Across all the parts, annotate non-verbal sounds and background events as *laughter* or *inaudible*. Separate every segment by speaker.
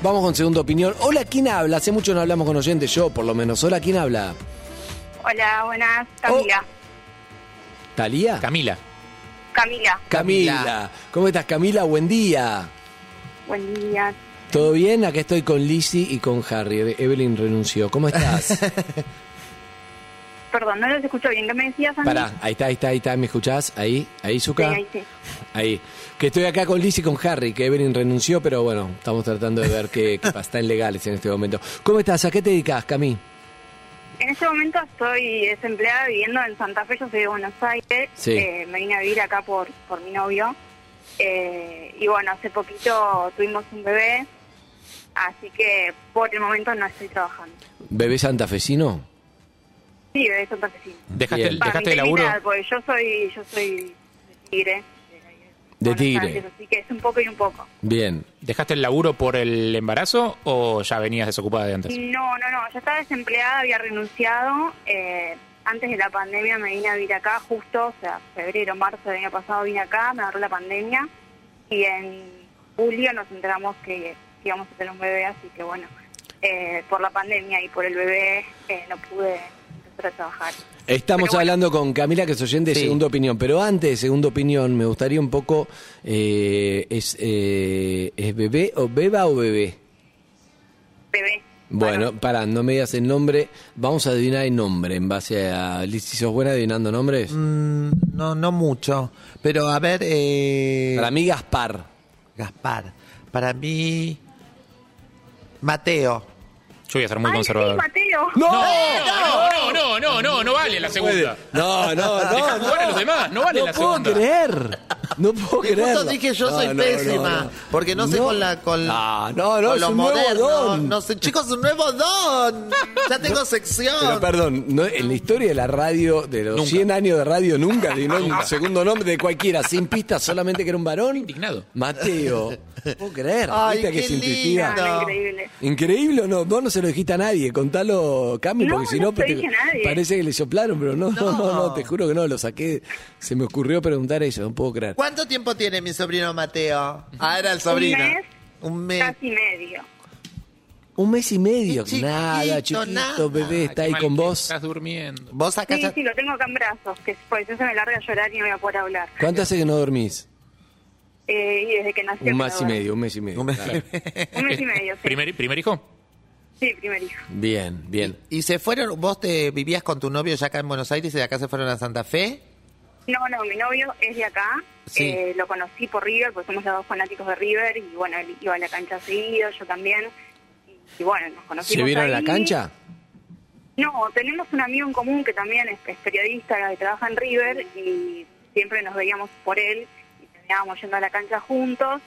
Speaker 1: Vamos con segunda opinión. Hola, ¿quién habla? Hace mucho no hablamos con oyentes, yo por lo menos. Hola, ¿quién habla?
Speaker 2: Hola, buenas. Camila.
Speaker 1: ¿Talía?
Speaker 3: Camila.
Speaker 2: Camila,
Speaker 1: Camila. ¿Cómo estás, Camila? Buen día.
Speaker 2: buen día.
Speaker 1: ¿Todo bien? Acá estoy con Lizzie y con Harry. Evelyn renunció. ¿Cómo estás?
Speaker 2: Perdón, no los escucho bien. ¿Qué me decías,
Speaker 1: *laughs*
Speaker 2: Andy?
Speaker 1: Pará, ahí está, ahí está, ahí está. ¿Me escuchás? Ahí, ahí,
Speaker 2: Sí,
Speaker 1: Zuka.
Speaker 2: ahí sí.
Speaker 1: Ahí. Que estoy acá con Liz y con Harry, que Evelyn renunció, pero bueno, estamos tratando de ver *laughs* qué, qué pasa. Están legales en este momento. ¿Cómo estás? ¿A qué te dedicas, Cami?
Speaker 2: En este momento estoy desempleada viviendo en Santa Fe, yo soy de Buenos Aires.
Speaker 1: Sí.
Speaker 2: Eh, me vine a vivir acá por, por mi novio. Eh, y bueno, hace poquito tuvimos un bebé, así que por el momento no estoy trabajando.
Speaker 1: ¿Bebé santafesino?
Speaker 2: Sí, bebé Santa Fe, sí.
Speaker 3: ¿Dejaste,
Speaker 1: Bien.
Speaker 3: el- dejaste
Speaker 2: Va,
Speaker 3: el laburo?
Speaker 2: mitad y mitad, porque yo soy, yo soy de Tigre.
Speaker 1: De
Speaker 2: Buenos
Speaker 1: Tigre.
Speaker 2: Aires, así que es un poco y un poco.
Speaker 1: Bien.
Speaker 3: ¿Dejaste el laburo por el embarazo o ya venías desocupada de antes?
Speaker 2: No, no, no, yo estaba desempleada, había renunciado. eh, antes de la pandemia me vine a vivir acá, justo, o sea, febrero, marzo del año pasado vine acá, me agarró la pandemia y en julio nos enteramos que, que íbamos a tener un bebé, así que bueno, eh, por la pandemia y por el bebé eh, no pude empezar a trabajar.
Speaker 1: Estamos
Speaker 2: Pero bueno.
Speaker 1: hablando con Camila, que es oyente de
Speaker 3: Sí.
Speaker 1: Segunda Opinión, pero antes de Segunda Opinión me gustaría un poco, eh, ¿es, eh, ¿es bebé o beba o bebé?
Speaker 2: Bebé.
Speaker 1: Bueno, pará, no me digas el nombre, vamos a adivinar el nombre en base a... Liz, si sos buena adivinando nombres,
Speaker 4: Mm, No, no mucho. Pero a ver, eh,
Speaker 1: para mí Gaspar,
Speaker 4: Gaspar. Para mí, Mateo.
Speaker 3: Yo voy a ser muy
Speaker 2: Ay, sí,
Speaker 3: conservador.
Speaker 2: Mateo.
Speaker 1: ¡No!
Speaker 3: no, no, no, no, no, no vale la segunda. *laughs*
Speaker 1: No, no, no.
Speaker 3: Dejá
Speaker 1: no.
Speaker 3: jugar a los demás, no vale
Speaker 1: No
Speaker 3: la
Speaker 1: puedo
Speaker 3: segunda.
Speaker 1: creer. No puedo
Speaker 4: Y justo
Speaker 1: creer.
Speaker 4: dije yo soy pésima, porque no sé con la- con-
Speaker 1: No, no, no,
Speaker 4: Con
Speaker 1: es
Speaker 4: lo
Speaker 1: un nuevo
Speaker 4: moderno.
Speaker 1: don.
Speaker 4: No sé, chicos, un nuevo don. Ya tengo sección.
Speaker 1: Pero perdón, no, en la historia de la radio, de los 100 años de radio, nunca adivinó un segundo nombre de cualquiera, sin pistas, solamente que era un varón.
Speaker 3: Indignado.
Speaker 1: Mateo. No puedo creer.
Speaker 4: Ay,
Speaker 1: ¿Viste que
Speaker 4: qué
Speaker 1: es
Speaker 2: Ah,
Speaker 1: intuitiva?
Speaker 4: lindo. No.
Speaker 2: Increíble.
Speaker 1: Increíble o no, vos no se lo dijiste a nadie, contalo Cami,
Speaker 2: No,
Speaker 1: porque si
Speaker 2: no
Speaker 1: no
Speaker 2: se
Speaker 1: pe-
Speaker 2: lo dije a nadie.
Speaker 1: parece que le soplaron, pero no, no, no,
Speaker 4: No.
Speaker 1: no, te juro que no, lo saqué, se me ocurrió preguntar eso, no puedo creer.
Speaker 4: ¿Cuánto tiempo tiene mi sobrino Mateo? Ah, era el sobrino.
Speaker 2: Un mes,
Speaker 4: Un mes.
Speaker 2: casi medio.
Speaker 1: Un mes y medio,
Speaker 4: Qué
Speaker 1: nada,
Speaker 4: chiquito,
Speaker 1: chiquito,
Speaker 4: nada.
Speaker 1: bebé, está
Speaker 3: Qué
Speaker 1: ahí
Speaker 3: mal
Speaker 1: con
Speaker 3: que
Speaker 1: vos.
Speaker 3: Estás durmiendo.
Speaker 4: Vos acá
Speaker 2: Sí,
Speaker 4: ya-
Speaker 2: sí, lo tengo acá en brazos, que por eso se me larga a llorar y no voy a poder hablar.
Speaker 1: ¿Cuánto hace que no dormís?
Speaker 2: Eh, y desde que nació.
Speaker 1: Un
Speaker 2: me
Speaker 1: mes y
Speaker 2: lo doy.
Speaker 1: medio, un mes y medio.
Speaker 4: Un mes.
Speaker 1: Claro.
Speaker 2: Un mes y medio, sí.
Speaker 3: ¿Primer, ¿Primer hijo?
Speaker 2: Sí, primer hijo.
Speaker 1: Bien, bien.
Speaker 4: Y se fueron, vos te vivías con tu novio ya acá en Buenos Aires y de acá se fueron a Santa Fe.
Speaker 2: No, no, mi novio es de acá.
Speaker 4: Sí.
Speaker 2: Eh, lo conocí por River, porque somos los dos fanáticos de River. Y bueno, él iba a la cancha seguido, yo también. Y, y bueno, nos conocimos.
Speaker 1: ¿Se vieron en la
Speaker 2: ahí.
Speaker 1: cancha?
Speaker 2: No, tenemos un amigo en común que también es, es periodista, que trabaja en River. Y siempre nos veíamos por él. Y terminábamos yendo a la cancha juntos.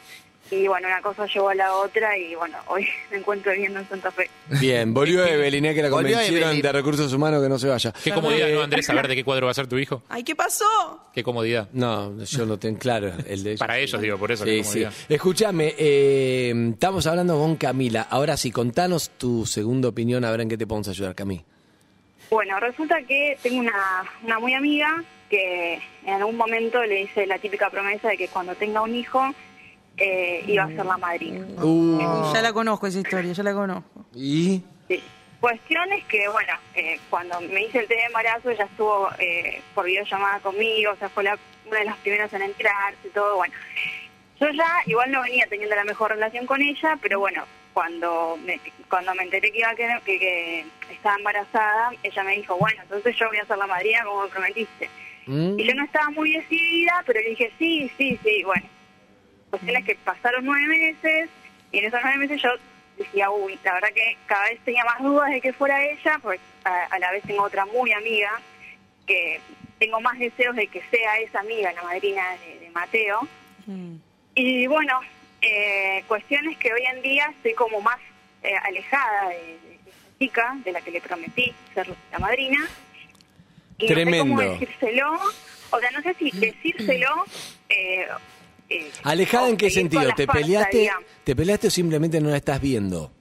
Speaker 2: Y bueno, una cosa llevó a la otra. Y bueno, *laughs* hoy me encuentro viviendo en Santa Fe.
Speaker 1: Bien, volvió Evelyn, eh, que la
Speaker 4: Volvió
Speaker 1: convencieron
Speaker 4: Evelyn.
Speaker 1: de Recursos Humanos que no se vaya.
Speaker 3: Qué comodidad, ¿no, Andrés? Saber de qué cuadro va a ser tu hijo.
Speaker 5: Ay, ¿qué pasó?
Speaker 3: Qué comodidad.
Speaker 1: No, yo no tengo claro. El de ellos.
Speaker 3: Para ellos, digo, por eso. qué
Speaker 1: Sí, sí.
Speaker 3: comodidad.
Speaker 1: Escúchame, eh, estamos hablando con Camila. Ahora sí, contanos tu segunda opinión, a ver en qué te podemos ayudar, Camila.
Speaker 2: Bueno, resulta que tengo una, una muy amiga que en algún momento le hice la típica promesa de que cuando tenga un hijo eh, iba a ser la madrina.
Speaker 5: Eh, Ya la conozco esa historia, ya la conozco.
Speaker 1: ¿Y?
Speaker 2: Sí. Cuestión es que, bueno, eh, cuando me hice el test de embarazo ella estuvo eh, por videollamada conmigo, o sea, fue la- una de las primeras en entrar y todo, bueno. Yo ya igual no venía teniendo la mejor relación con ella, pero bueno, cuando me, cuando me enteré que, iba a quedar- que, que estaba embarazada, ella me dijo, bueno, entonces yo voy a ser la madrina como me prometiste.
Speaker 1: Mm.
Speaker 2: Y yo no estaba muy decidida, pero le dije, sí, sí, sí, bueno. Cuestión es que pasaron nueve meses, y en esos nueve meses yo decía, uy, la verdad que cada vez tenía más dudas de que fuera ella, pues a, a la vez tengo otra muy amiga, que tengo más deseos de que sea esa amiga, la madrina de, de Mateo.
Speaker 5: Mm.
Speaker 2: Y bueno, eh, cuestiones que hoy en día estoy como más eh, alejada de, de esa chica, de la que le prometí ser la madrina. Y No
Speaker 1: Tremendo.
Speaker 2: sé cómo decírselo, o sea, no sé si decírselo... Eh, eh,
Speaker 1: ¿Alejada
Speaker 2: o
Speaker 1: en qué
Speaker 2: seguir con
Speaker 1: sentido?
Speaker 2: la
Speaker 1: ¿Te
Speaker 2: farsa,
Speaker 1: peleaste,
Speaker 2: digamos.
Speaker 1: ¿Te peleaste o simplemente no la estás viendo?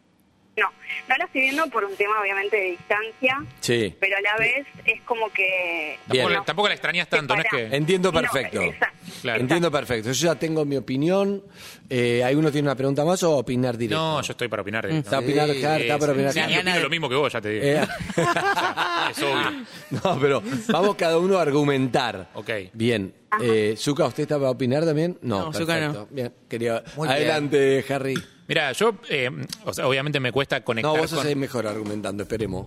Speaker 2: No, no la estoy viendo por un tema obviamente de distancia,
Speaker 1: Sí.
Speaker 2: pero a la vez es como que...
Speaker 1: Bien.
Speaker 3: Tampoco, la- tampoco la extrañas tanto, no es que...
Speaker 1: Entiendo
Speaker 2: No,
Speaker 1: perfecto.
Speaker 2: exacto.
Speaker 3: Claro.
Speaker 1: Entiendo perfecto. Yo ya tengo mi opinión. Eh, ¿Alguno tiene una pregunta más o opinar directo?
Speaker 3: No, yo estoy para opinar. directo.
Speaker 1: Mm, Está opinar,
Speaker 4: Sí,
Speaker 1: Jar, está
Speaker 3: Sí,
Speaker 1: para
Speaker 3: sí,
Speaker 1: opinar.
Speaker 3: sí,
Speaker 1: Jar.
Speaker 3: yo opino lo mismo que vos, ya te digo.
Speaker 1: Eh,
Speaker 3: *laughs* Es obvio.
Speaker 1: *laughs* no, pero vamos cada uno a argumentar.
Speaker 3: Ok.
Speaker 1: Bien. Eh, Zuka, ¿usted está para opinar también? No,
Speaker 5: No, Zuka
Speaker 1: perfecto.
Speaker 5: no.
Speaker 1: Bien, quería...
Speaker 4: Muy bien.
Speaker 1: Adelante, Harry.
Speaker 3: Mira, yo, eh, o sea, obviamente me cuesta conectar
Speaker 1: No, vos sos
Speaker 3: con...
Speaker 1: el mejor argumentando, esperemos.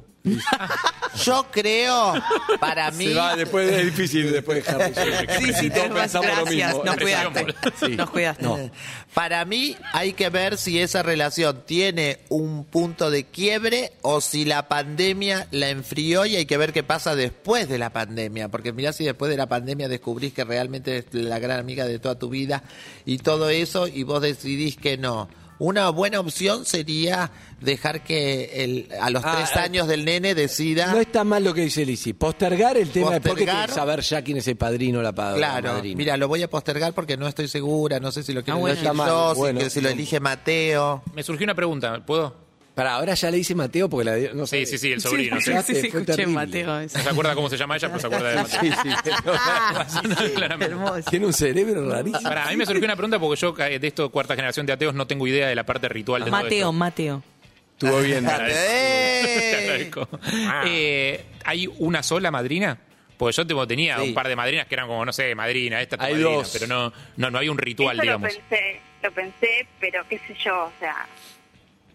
Speaker 4: Yo creo, para mí.
Speaker 1: Se va, después es difícil, después de Harry.
Speaker 5: *laughs* Sí, sí,
Speaker 1: Todos
Speaker 5: tenés razón.
Speaker 1: pensamos lo
Speaker 5: Gracias.
Speaker 1: mismo.
Speaker 5: Nos cuidaste.
Speaker 3: Empezamos
Speaker 1: por- Sí.
Speaker 5: Nos cuidaste.
Speaker 1: No.
Speaker 4: Para mí hay que ver si esa relación tiene un punto de quiebre o si la pandemia la enfrió y hay que ver qué pasa después de la pandemia. Porque mirá si después de la pandemia descubrís que realmente es la gran amiga de toda tu vida y todo eso y vos decidís que no. Una buena opción sería dejar que el- a los
Speaker 1: Ah,
Speaker 4: tres
Speaker 1: ah.
Speaker 4: años del nene decida...
Speaker 1: No está mal lo que dice Lizzy. Postergar el tema es porque
Speaker 4: Postergar.
Speaker 1: tiene que saber ya quién es el padrino o la padrina.
Speaker 4: Claro,
Speaker 1: madrina.
Speaker 4: mira, lo voy a postergar porque no estoy segura, no sé si lo quiero
Speaker 5: Ah, bueno.
Speaker 4: elegir
Speaker 1: Está mal,
Speaker 4: yo, si
Speaker 1: bueno.
Speaker 4: que- si lo elige Mateo.
Speaker 3: Me surgió una pregunta, ¿puedo?
Speaker 1: Para ahora ya le dice Mateo porque la no sé.
Speaker 3: Sí, sí, sí, el sobrino.
Speaker 5: Sí,
Speaker 3: sí.
Speaker 5: sí, sí,
Speaker 1: Fue
Speaker 5: escuché
Speaker 1: terrible.
Speaker 5: Mateo eso.
Speaker 3: No se acuerda cómo se llama ella, pero se acuerda de
Speaker 1: Sí, sí,
Speaker 3: *laughs*
Speaker 1: pero-
Speaker 3: Claramente.
Speaker 5: Hermoso.
Speaker 1: Tiene un cerebro rarísimo.
Speaker 3: Pará, a mí me surgió una pregunta porque yo eh, de esto cuarta generación de ateos no tengo idea de la parte ritual de todo
Speaker 5: Mateo,
Speaker 3: esto. *laughs*
Speaker 5: Mateo.
Speaker 1: Estuvo bien.
Speaker 3: *laughs* Te
Speaker 4: ¡Eh!
Speaker 3: agradezco.
Speaker 1: Ah.
Speaker 3: Eh, ¿Hay una sola madrina? Porque yo tipo, tenía
Speaker 1: Sí.
Speaker 3: un par de madrinas que eran como, no sé, madrina, esta tu
Speaker 1: Hay
Speaker 3: madrina,
Speaker 1: dos.
Speaker 3: pero no, no, no hay un ritual,
Speaker 2: Eso
Speaker 3: digamos.
Speaker 2: Lo pensé, lo pensé, pero qué sé yo, o sea,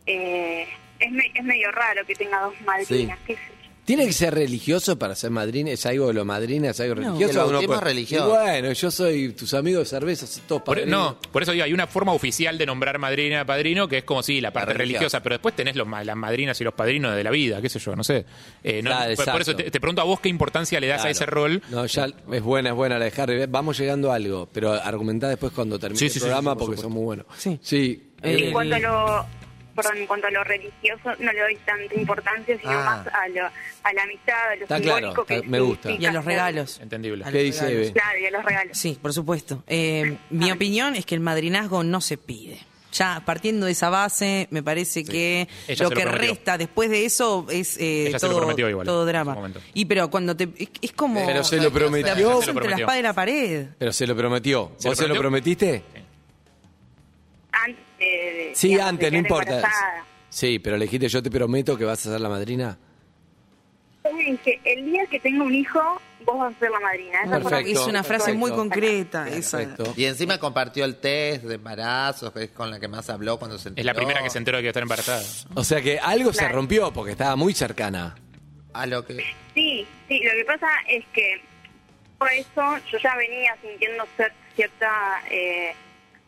Speaker 2: eh, es, me- es medio raro que tenga dos madrinas,
Speaker 1: Sí.
Speaker 2: qué sé yo.
Speaker 1: ¿Tiene que ser religioso para ser madrina? ¿Es algo de lo madrina? ¿Es algo
Speaker 5: No.
Speaker 1: religioso?
Speaker 4: El
Speaker 1: ¿O no
Speaker 4: bautismo
Speaker 1: puede-
Speaker 4: es religioso.
Speaker 1: Y bueno, yo soy tus amigos de cerveza, son todos
Speaker 3: Por- e-,
Speaker 1: padrinos.
Speaker 3: no, por eso digo, hay una forma oficial de nombrar madrina, padrino, que es como sí, la parte
Speaker 4: religiosa.
Speaker 3: religiosa, pero después tenés los, ma- las madrinas y los padrinos de la vida, qué sé yo, no sé. Eh, no-
Speaker 1: Claro,
Speaker 3: por- por eso
Speaker 1: exacto.
Speaker 3: te, te pregunto a vos qué importancia le das a
Speaker 1: Claro.
Speaker 3: ese rol.
Speaker 1: No, ya es buena, es buena la de Harry. Vamos llegando a algo, pero argumentá después cuando termine
Speaker 3: Sí,
Speaker 1: el
Speaker 3: sí, sí,
Speaker 1: programa
Speaker 3: sí, por
Speaker 1: porque son muy buenos.
Speaker 5: Sí.
Speaker 1: Sí.
Speaker 5: Eh,
Speaker 2: En cuanto a lo, perdón, en cuanto a lo religioso, no le doy tanta importancia, sino
Speaker 4: Ah.
Speaker 2: más a, lo, a la amistad, a lo
Speaker 1: Está
Speaker 2: simbólico
Speaker 1: claro,
Speaker 2: que
Speaker 1: está- me gusta.
Speaker 5: Y a los regalos.
Speaker 3: Entendible.
Speaker 5: A
Speaker 1: ¿Qué
Speaker 5: los
Speaker 1: dice
Speaker 5: regalos.
Speaker 1: Eve?
Speaker 2: Claro, y a los regalos.
Speaker 5: Sí, por supuesto. Eh, mi opinión es que el madrinazgo no se pide. Ya partiendo de esa base, me parece que
Speaker 3: Ella
Speaker 5: lo
Speaker 3: se lo
Speaker 5: que
Speaker 3: prometió.
Speaker 5: resta después de eso es eh,
Speaker 3: Ella se lo
Speaker 5: todo,
Speaker 3: prometió igual,
Speaker 5: todo
Speaker 3: en su
Speaker 5: drama.
Speaker 3: momento.
Speaker 5: Y pero cuando te es, es como
Speaker 1: Pero se lo prometió.
Speaker 5: es entre la
Speaker 3: prometió.
Speaker 5: espada y la pared.
Speaker 1: Pero se lo prometió.
Speaker 3: ¿Se lo
Speaker 1: ¿Vos se lo
Speaker 3: prometió?
Speaker 1: prometiste?
Speaker 2: Antes de-
Speaker 1: Sí,
Speaker 2: digamos, de
Speaker 1: antes, no
Speaker 2: quedar
Speaker 1: importa.
Speaker 2: embarazada.
Speaker 1: Sí, pero le dijiste, yo te prometo que vas a ser la madrina.
Speaker 2: Yo le dije, el día que tenga un hijo, vos vas a ser la madrina. Esa fue la-
Speaker 1: Perfecto.
Speaker 5: es una frase muy
Speaker 1: Perfecto.
Speaker 5: concreta. esa.
Speaker 1: Perfecto.
Speaker 4: Y encima compartió el test de embarazos, que es con la que más habló cuando se enteró.
Speaker 3: Es la primera que se enteró de que iba a estar embarazada.
Speaker 1: O sea que algo se
Speaker 2: Claro.
Speaker 1: rompió porque estaba muy cercana.
Speaker 4: A lo que...
Speaker 2: Sí, sí, lo que pasa es que por eso yo ya venía sintiendo ser cierta, eh,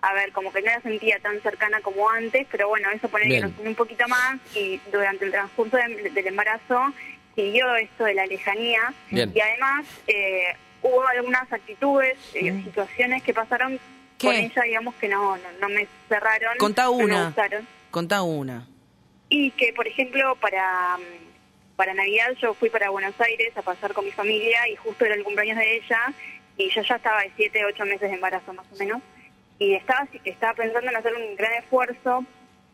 Speaker 2: a ver, como que no la sentía tan cercana como antes, pero bueno, eso poner que
Speaker 1: Bien.
Speaker 2: nos unió un poquito más y durante el transcurso de- del embarazo siguió esto de la lejanía
Speaker 1: Bien.
Speaker 2: y además eh, hubo algunas actitudes, eh, situaciones que pasaron
Speaker 5: Mm. ¿Qué?
Speaker 2: con ella, digamos que no, no, no me cerraron,
Speaker 5: Contá
Speaker 2: no me
Speaker 5: una.
Speaker 2: gustaron.
Speaker 5: Contá una.
Speaker 2: Y que, por ejemplo, para, mm, para Navidad yo fui para Buenos Aires a pasar con mi familia y justo era el cumpleaños de ella y yo ya estaba de 7, 8 meses de embarazo más o menos. Y estaba, estaba pensando en hacer un gran esfuerzo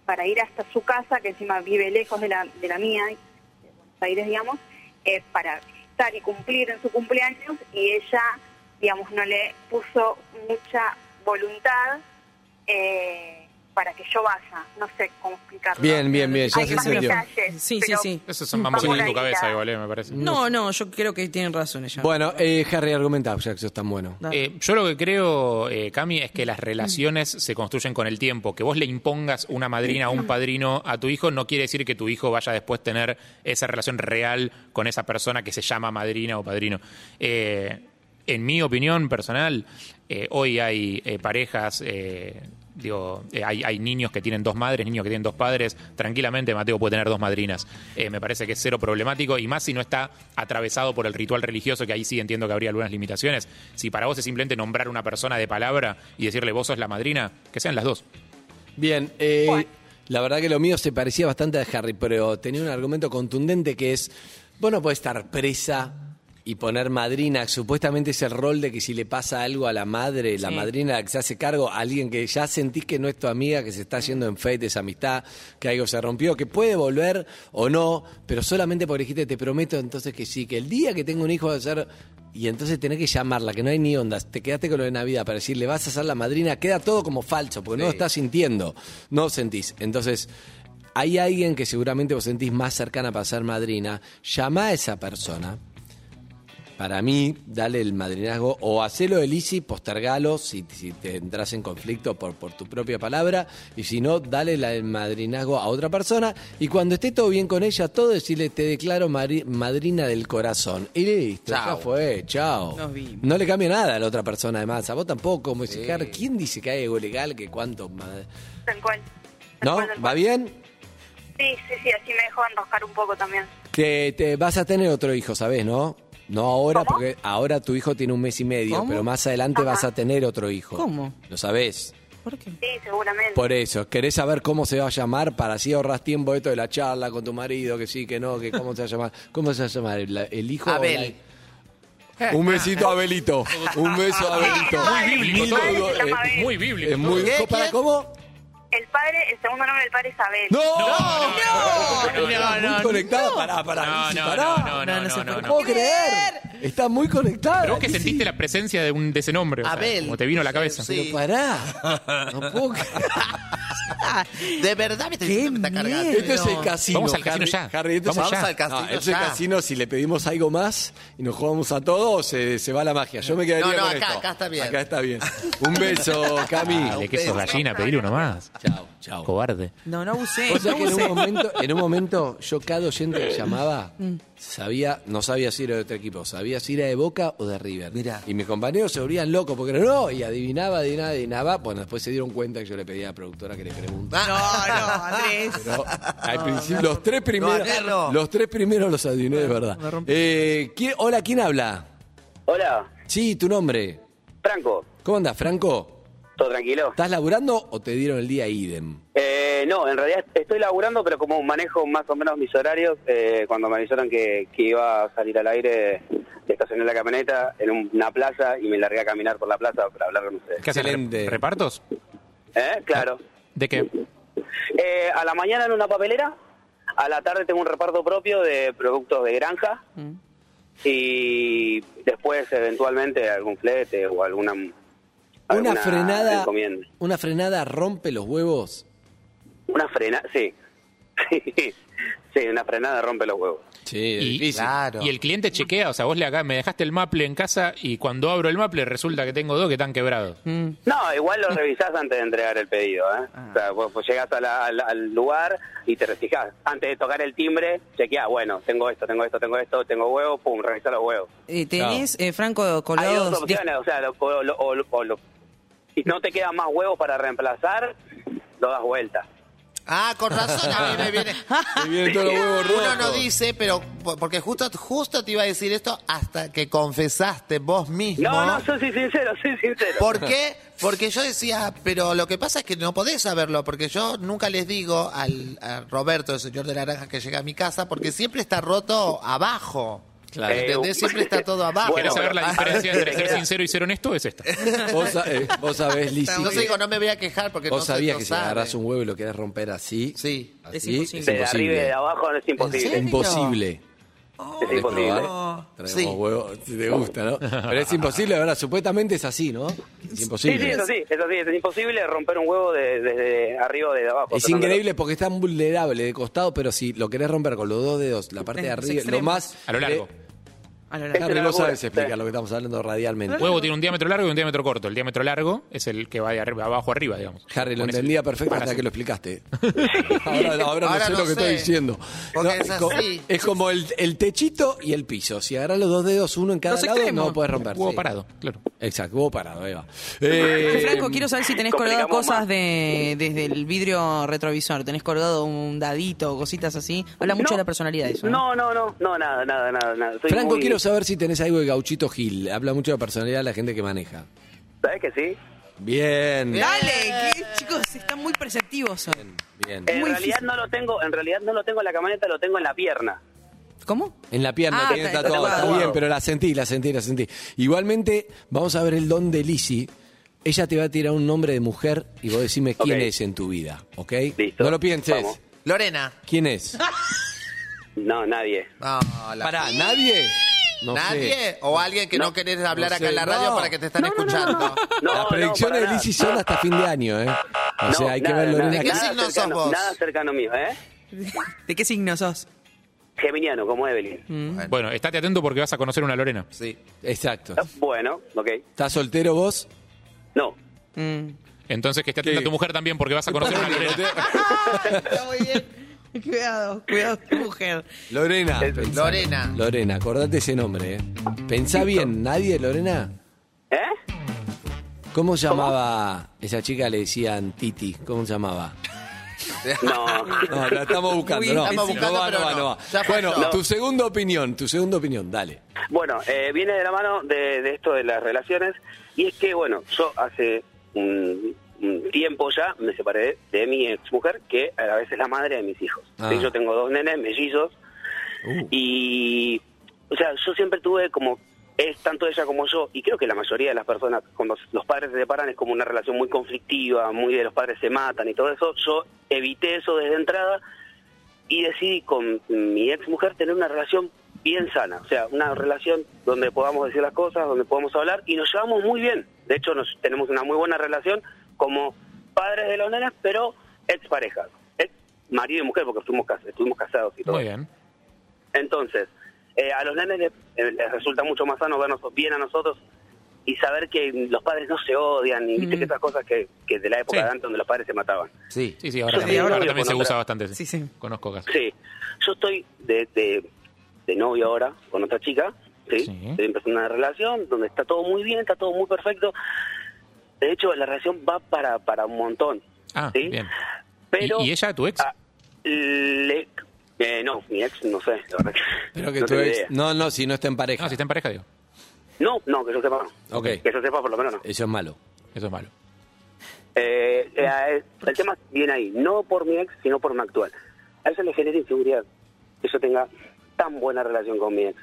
Speaker 2: para ir hasta su casa, que encima vive lejos de la, de la mía, de Buenos Aires, digamos, eh, para estar y cumplir en su cumpleaños y ella, digamos, no le puso mucha voluntad. eh, para que yo vaya, no sé cómo explicarlo.
Speaker 1: Bien, bien, bien, ya
Speaker 2: Hay
Speaker 1: se
Speaker 2: más
Speaker 1: entendió.
Speaker 2: detalles,
Speaker 5: Sí, sí,
Speaker 2: pero
Speaker 5: sí.
Speaker 3: Eso son vamos en
Speaker 2: por
Speaker 3: tu
Speaker 2: ahí,
Speaker 3: cabeza,
Speaker 2: claro.
Speaker 3: igual, eh, me parece.
Speaker 5: No, no, yo creo que tienen razón ella.
Speaker 1: Bueno, eh, Harry, argumenta, ya que sos tan bueno.
Speaker 5: Dale.
Speaker 3: Eh, yo lo que creo, eh, Cami, es que las relaciones se construyen con el tiempo. Que vos le impongas una madrina o un padrino a tu hijo no quiere decir que tu hijo vaya después a tener esa relación real con esa persona que se llama madrina o padrino. Eh, en mi opinión personal, eh, hoy hay eh, parejas... eh, Digo, eh, hay, hay niños que tienen dos madres, niños que tienen dos padres. Tranquilamente Mateo puede tener dos madrinas. Eh, me parece que es cero problemático y más si no está atravesado por el ritual religioso, que ahí sí entiendo que habría algunas limitaciones. Si para vos es simplemente nombrar una persona de palabra y decirle vos sos la madrina, que sean las dos.
Speaker 1: Bien, eh, la verdad que lo mío se parecía bastante a Harry, pero tenía un argumento contundente que es, vos no podés estar presa y poner madrina, supuestamente es el rol de que si le pasa algo a la madre, la
Speaker 5: Sí.
Speaker 1: madrina que se hace cargo, alguien que ya sentís que no es tu amiga, que se está yendo en fe, esa amistad, que algo se rompió, que puede volver o no, pero solamente porque dijiste, te prometo entonces que sí, que el día que tengo un hijo va a ser... Y entonces tenés que llamarla, que no hay ni ondas. Te quedaste con lo de Navidad para decirle, vas a ser la madrina. Queda todo como falso, porque no lo estás sintiendo, no lo sentís. Entonces, hay alguien que seguramente vos sentís más cercana para ser madrina, llama a esa persona. Para mí, dale el madrinazgo o hacelo el easy, postergalo si, si te entras en conflicto por, por tu propia palabra. Y si no, dale la- el madrinazgo a otra persona. Y cuando esté todo bien con ella, todo decirle, te declaro mari- madrina del corazón. Y listo, ya
Speaker 4: Chao.
Speaker 1: fue, chao.
Speaker 5: Nos vimos.
Speaker 1: No le cambia nada a la otra persona, además. A vos tampoco, como dice Car, ¿quién dice que hay algo legal? que cuánto? madre?
Speaker 2: Tal cual. Tal
Speaker 1: ¿No?
Speaker 2: cual, tal
Speaker 1: ¿Va
Speaker 2: cual.
Speaker 1: bien?
Speaker 2: Sí, sí, sí, así me dejó enroscar un poco también.
Speaker 1: Te, te vas a tener otro hijo, ¿sabés, no? No ahora,
Speaker 2: ¿Cómo?
Speaker 1: porque ahora tu hijo tiene un mes y medio,
Speaker 5: ¿Cómo?
Speaker 1: pero más adelante vas a tener otro hijo.
Speaker 5: ¿Cómo?
Speaker 1: Lo sabés.
Speaker 5: ¿Por qué?
Speaker 2: Sí, seguramente.
Speaker 1: Por eso, ¿querés saber cómo se va a llamar? Para así ahorras tiempo esto de la charla con tu marido, que sí, que no, que cómo se va a llamar. ¿Cómo se va a llamar? ¿El, el hijo? o la-
Speaker 4: Abel.
Speaker 1: Un besito a Abelito. Un beso a Abelito.
Speaker 2: Muy bíblico
Speaker 1: Mil-
Speaker 2: todo.
Speaker 1: eh,
Speaker 2: Abel.
Speaker 3: Muy bíblico.
Speaker 1: es muy-
Speaker 4: ¿Qué?
Speaker 1: ¿Para
Speaker 4: ¿Quién?
Speaker 1: cómo?
Speaker 2: El padre, el segundo nombre del padre es Abel.
Speaker 1: ¡No!
Speaker 3: no,
Speaker 1: Está muy conectado. Pará, pará.
Speaker 3: No,
Speaker 1: Lizzy,
Speaker 3: no,
Speaker 1: pará.
Speaker 3: no, no,
Speaker 5: No,
Speaker 3: no,
Speaker 5: no se
Speaker 3: no, no,
Speaker 1: No
Speaker 5: puede.
Speaker 3: no.
Speaker 1: puedo creer. Está muy conectado.
Speaker 3: Pero vos que sentiste la presencia de, un, de ese nombre, o sea,
Speaker 4: Abel.
Speaker 3: como te vino a la cabeza.
Speaker 4: Sí.
Speaker 1: Pero
Speaker 4: *laughs*
Speaker 1: pará. No puedo creer.
Speaker 4: De verdad me está, diciendo que está cargando.
Speaker 5: miedo.
Speaker 1: Esto Este es el casino.
Speaker 3: Vamos al casino
Speaker 1: Harry,
Speaker 3: ya.
Speaker 1: Harry, esto es-
Speaker 3: Vamos
Speaker 1: No,
Speaker 3: al
Speaker 4: casino
Speaker 1: esto es el
Speaker 4: ya.
Speaker 1: casino. Si le pedimos algo más y nos jugamos a todos, se, se va la magia. Yo me quedaría
Speaker 4: No, no,
Speaker 1: con
Speaker 4: acá,
Speaker 1: esto.
Speaker 4: acá está bien. Ah,
Speaker 1: Acá está bien. Un
Speaker 4: *laughs*
Speaker 1: beso, Cami.
Speaker 3: Dale, que sos
Speaker 4: Abel.
Speaker 3: gallina, pedir uno más.
Speaker 1: Chao, chao.
Speaker 3: Cobarde.
Speaker 5: No, no abusé.
Speaker 1: Vos
Speaker 5: *laughs*
Speaker 1: sabés
Speaker 5: No
Speaker 1: que en
Speaker 5: abusé.
Speaker 1: un momento, en un momento yo cada oyente que
Speaker 5: *laughs*
Speaker 1: llamaba
Speaker 5: Mm.
Speaker 1: sabía, no sabía si era de otro equipo, sabía si era de Boca o de River.
Speaker 4: Mirá.
Speaker 1: Y mis compañeros se volvían locos porque no, y adivinaba, adivinaba, adivinaba. Bueno, después se dieron cuenta que yo le pedí a la productora que le pregunte.
Speaker 4: Ah.
Speaker 5: No, *laughs* no, Andrés.
Speaker 1: Pero al principio, los tres primeros,
Speaker 4: Andrés, no.
Speaker 1: los tres primeros los adiviné de verdad.
Speaker 5: me rompí.
Speaker 1: Eh, ¿quién- hola, ¿quién habla?
Speaker 6: Hola,
Speaker 1: Sí, tu nombre.
Speaker 6: Franco,
Speaker 1: ¿Cómo andás, Franco?
Speaker 6: ¿todo tranquilo?
Speaker 1: ¿Estás laburando o te dieron el día idem?
Speaker 6: Eh, no, en realidad estoy laburando, pero como manejo más o menos mis horarios, eh, cuando me avisaron que, que iba a salir al aire, estacioné la camioneta en un- una plaza y me largué a caminar por la plaza para hablar con ustedes.
Speaker 3: ¿Qué haces?
Speaker 1: Excelente.
Speaker 3: re- ¿Repartos?
Speaker 6: ¿Eh? Claro.
Speaker 3: ¿De qué?
Speaker 6: Eh, a la mañana en una papelera, a la tarde tengo un reparto propio de productos de granja y después eventualmente algún flete o alguna...
Speaker 1: Una
Speaker 6: alguna
Speaker 1: frenada,
Speaker 6: encomienda.
Speaker 1: una frenada rompe los huevos.
Speaker 6: Una frena, sí. *laughs* sí. Sí, una frenada rompe los huevos.
Speaker 1: Sí,
Speaker 3: Y-
Speaker 1: difícil.
Speaker 4: Claro.
Speaker 3: Y el cliente chequea, o sea, vos le acá, me dejaste el maple en casa y cuando abro el maple resulta que tengo dos que están quebrados.
Speaker 6: No, igual lo revisás antes de entregar el pedido. ¿eh?
Speaker 4: Ah.
Speaker 6: O sea, vos, vos llegás a la- al, al lugar y te fijás. Antes de tocar el timbre, chequeás, bueno, tengo esto, tengo esto, tengo esto, tengo huevos, pum, revisá los huevos.
Speaker 5: Eh, tenés, eh, Franco,
Speaker 6: Hay dos
Speaker 5: colgados.
Speaker 6: opciones, o sea, lo- o lo- o lo- o lo- si no te quedan más huevos para reemplazar, lo das vuelta.
Speaker 4: Ah, con razón a mí me viene.
Speaker 1: Te vienen todos los huevos
Speaker 4: Uno
Speaker 1: rotos.
Speaker 4: no dice, pero porque justo justo te iba a decir esto hasta que confesaste vos mismo.
Speaker 6: No, no, yo soy sincero, soy sincero.
Speaker 4: ¿Por qué? Porque yo decía, pero lo que pasa es que no podés saberlo, porque yo nunca les digo al a Roberto, el señor de la naranja, que llega a mi casa, porque siempre está roto abajo.
Speaker 1: Claro.
Speaker 4: ¿Entendés?
Speaker 6: Eh,
Speaker 4: Siempre está todo abajo.
Speaker 6: Bueno,
Speaker 3: ¿Querés saber la
Speaker 6: pero-
Speaker 3: diferencia entre ser sincero y ser honesto? Es esta.
Speaker 1: Vos, sa- eh, vos
Speaker 4: *laughs*
Speaker 1: sabés, Lizzy,
Speaker 4: Entonces
Speaker 1: que
Speaker 4: digo, no me voy a quejar porque
Speaker 1: vos
Speaker 4: no
Speaker 1: sabías
Speaker 4: no
Speaker 1: que si
Speaker 4: sabe.
Speaker 1: agarrás un huevo y lo querés romper así,
Speaker 4: Sí.
Speaker 1: así,
Speaker 5: Es imposible.
Speaker 6: de arriba y de abajo no es
Speaker 4: ¿En
Speaker 6: imposible.
Speaker 4: serio?
Speaker 1: Imposible.
Speaker 6: Es
Speaker 1: de
Speaker 6: imposible.
Speaker 1: probar. Traemos
Speaker 4: Sí.
Speaker 1: huevo, si te gusta, ¿no? Pero es imposible, la ¿verdad? Supuestamente es así, ¿no? Es
Speaker 6: Sí,
Speaker 1: imposible.
Speaker 6: sí, eso sí, eso sí, es imposible romper un huevo de- desde arriba o desde abajo.
Speaker 1: Es
Speaker 6: tratándolo.
Speaker 1: increíble porque es tan vulnerable de costado, pero si lo querés romper con los dos dedos, la parte de
Speaker 5: Los
Speaker 1: arriba, lo
Speaker 5: extremos.
Speaker 1: más...
Speaker 3: A lo largo.
Speaker 5: A lo largo.
Speaker 1: Harry, vos
Speaker 6: largura,
Speaker 1: sabés explicar
Speaker 6: sí.
Speaker 1: lo que estamos hablando radialmente.
Speaker 3: Huevo tiene un diámetro largo y un diámetro corto. El diámetro largo es el que va de arriba, abajo arriba, digamos.
Speaker 1: Harry, lo
Speaker 3: Pones el-
Speaker 1: entendía perfecto hasta que lo
Speaker 4: *laughs*
Speaker 1: explicaste. Ahora, ahora no
Speaker 4: Ahora
Speaker 1: sé
Speaker 4: no
Speaker 1: lo que
Speaker 4: sé.
Speaker 1: estoy diciendo.
Speaker 4: Porque es
Speaker 1: co-
Speaker 4: así.
Speaker 1: es como el, el techito y el piso. Si agarrás los dos dedos, uno en cada
Speaker 5: Los
Speaker 1: lado,
Speaker 5: extremos.
Speaker 1: no puedes romper.
Speaker 3: Huevo
Speaker 1: sí.
Speaker 3: parado, claro.
Speaker 1: Exacto, huevo parado,
Speaker 5: *laughs*
Speaker 1: Eva. Eh,
Speaker 5: Franco, quiero saber si tenés colgado
Speaker 6: complicamos
Speaker 5: cosas
Speaker 6: más.
Speaker 5: de, desde el vidrio retrovisor. Tenés colgado un dadito, cositas así. Habla mucho
Speaker 6: No.
Speaker 5: de la personalidad eso. ¿eh?
Speaker 6: No, no, no, no, nada, nada, nada. nada. Soy
Speaker 1: Franco,
Speaker 6: muy-
Speaker 1: quiero saber si tenés algo de Gauchito Gil. Habla mucho de la personalidad de la gente que maneja.
Speaker 6: ¿Sabes que sí?
Speaker 1: Bien.
Speaker 4: Bien.
Speaker 5: Dale, que, chicos, están muy perceptivos. hoy.
Speaker 1: Bien.
Speaker 6: En
Speaker 5: Muy
Speaker 6: realidad no lo tengo, en realidad no lo tengo en la camioneta, lo tengo en la pierna.
Speaker 5: ¿Cómo?
Speaker 1: En la pierna
Speaker 5: Ah,
Speaker 1: tiene
Speaker 5: está- está
Speaker 1: tatuado, está
Speaker 5: tatuado.
Speaker 1: bien, pero la sentí, la sentí, la sentí. Igualmente, vamos a ver el don de Lizzie. Ella te va a tirar un nombre de mujer y vos decime quién
Speaker 6: Ok.
Speaker 1: es en tu vida, ¿ok?
Speaker 6: Listo.
Speaker 1: No lo pienses.
Speaker 6: Vamos.
Speaker 4: Lorena.
Speaker 1: ¿Quién es?
Speaker 6: No, nadie.
Speaker 4: No, la-
Speaker 1: Pará, ¿nadie? No sé.
Speaker 4: ¿Nadie? ¿O alguien que no, querés hablar
Speaker 1: No
Speaker 4: acá
Speaker 1: sé,
Speaker 4: en la radio
Speaker 1: no.
Speaker 4: para que te están escuchando?
Speaker 6: No,
Speaker 1: Las
Speaker 6: no,
Speaker 1: predicciones
Speaker 6: para
Speaker 1: de
Speaker 6: nada.
Speaker 1: Lizzie son hasta fin de año, ¿eh? O
Speaker 6: No,
Speaker 1: sea, hay
Speaker 6: nada,
Speaker 1: que ver
Speaker 6: nada,
Speaker 1: Lorena.
Speaker 4: ¿De qué
Speaker 6: nada
Speaker 4: signo sos
Speaker 6: cercano-
Speaker 4: vos?
Speaker 6: Nada cercano mío, ¿eh?
Speaker 5: ¿De qué signo sos?
Speaker 6: Geminiano, como Evelyn.
Speaker 3: Bueno, estate atento porque vas a conocer una Lorena.
Speaker 4: Sí.
Speaker 1: Exacto.
Speaker 6: Ah, Bueno, ok.
Speaker 1: ¿Estás soltero vos?
Speaker 6: No.
Speaker 5: Mm.
Speaker 3: Entonces que esté atenta
Speaker 1: ¿Qué?
Speaker 3: a tu mujer también porque vas a conocer una Lorena.
Speaker 5: Está muy bien. *laughs* Cuidado, cuidado, mujer.
Speaker 6: *laughs*
Speaker 1: Lorena.
Speaker 6: El-
Speaker 1: pensá.
Speaker 4: Lorena.
Speaker 1: Lorena, acordate ese nombre, ¿eh? Pensá bien, ¿nadie, Lorena?
Speaker 6: ¿Eh?
Speaker 1: ¿Cómo llamaba esa chica? Le decían Titi. ¿Cómo llamaba?
Speaker 6: No.
Speaker 1: *laughs* No, la estamos buscando.
Speaker 5: Muy
Speaker 1: no, no
Speaker 5: estamos
Speaker 1: va,
Speaker 4: buscando,
Speaker 1: no va,
Speaker 4: pero
Speaker 1: no
Speaker 4: no.
Speaker 1: va.
Speaker 4: Ya pasó.
Speaker 1: Bueno,
Speaker 4: No.
Speaker 1: tu segunda opinión, tu segunda opinión, dale.
Speaker 6: Bueno, eh, viene de la mano de, de esto de las relaciones y es que, bueno, yo hace un, un tiempo ya me separé de mi exmujer, que a la vez es la madre de mis hijos.
Speaker 1: Ah.
Speaker 6: Sí, Yo tengo dos nenes, mellizos,
Speaker 1: Uh.
Speaker 6: y, o sea, yo siempre tuve como, es tanto ella como yo, y creo que la mayoría de las personas, cuando los padres se separan, es como una relación muy conflictiva, muy de los padres se matan y todo eso, yo evité eso desde entrada y decidí con mi ex mujer tener una relación bien sana, o sea, una relación donde podamos decir las cosas, donde podamos hablar y nos llevamos muy bien. De hecho, nos tenemos una muy buena relación como padres de los nenes, pero ex parejas, ex marido y mujer, porque fuimos cas- estuvimos casados y todo.
Speaker 3: Muy bien.
Speaker 6: Entonces, eh, a los nenes les, eh, les resulta mucho más sano vernos bien a nosotros y saber que los padres no se odian y viste que esas cosas que, que de la época
Speaker 3: Sí.
Speaker 6: de antes donde los padres se mataban.
Speaker 4: Sí.
Speaker 3: Sí, sí, ahora
Speaker 6: Sí,
Speaker 3: también,
Speaker 5: ahora
Speaker 3: ahora
Speaker 6: lo
Speaker 3: también se
Speaker 6: conozco.
Speaker 3: usa bastante.
Speaker 5: Sí, sí.
Speaker 3: Conozco casos.
Speaker 6: Sí, yo estoy de, de, de novio ahora con otra chica, ¿sí?
Speaker 3: Sí.
Speaker 6: Estoy empezando una relación donde está todo muy bien, está todo muy perfecto. De hecho, la relación va para, para un montón.
Speaker 3: Ah,
Speaker 6: ¿sí?
Speaker 3: bien.
Speaker 6: Pero,
Speaker 3: ¿Y, y ella, tu ex?
Speaker 6: ah, le- eh, no, mi ex, no sé, la verdad que
Speaker 1: Pero que
Speaker 6: no
Speaker 1: tu
Speaker 6: tengo
Speaker 1: ex-
Speaker 6: idea.
Speaker 1: No, no, si no está en pareja.
Speaker 3: No, si está en pareja, digo.
Speaker 6: No, no, que yo sepa. no.
Speaker 1: Ok. Eh.
Speaker 6: Que yo sepa, por lo menos no.
Speaker 1: Eso es malo.
Speaker 3: Eso es malo.
Speaker 6: Eh, eh, el tema viene ahí, no por mi ex, sino por mi actual. A ella le genera inseguridad que yo tenga tan buena relación con mi ex.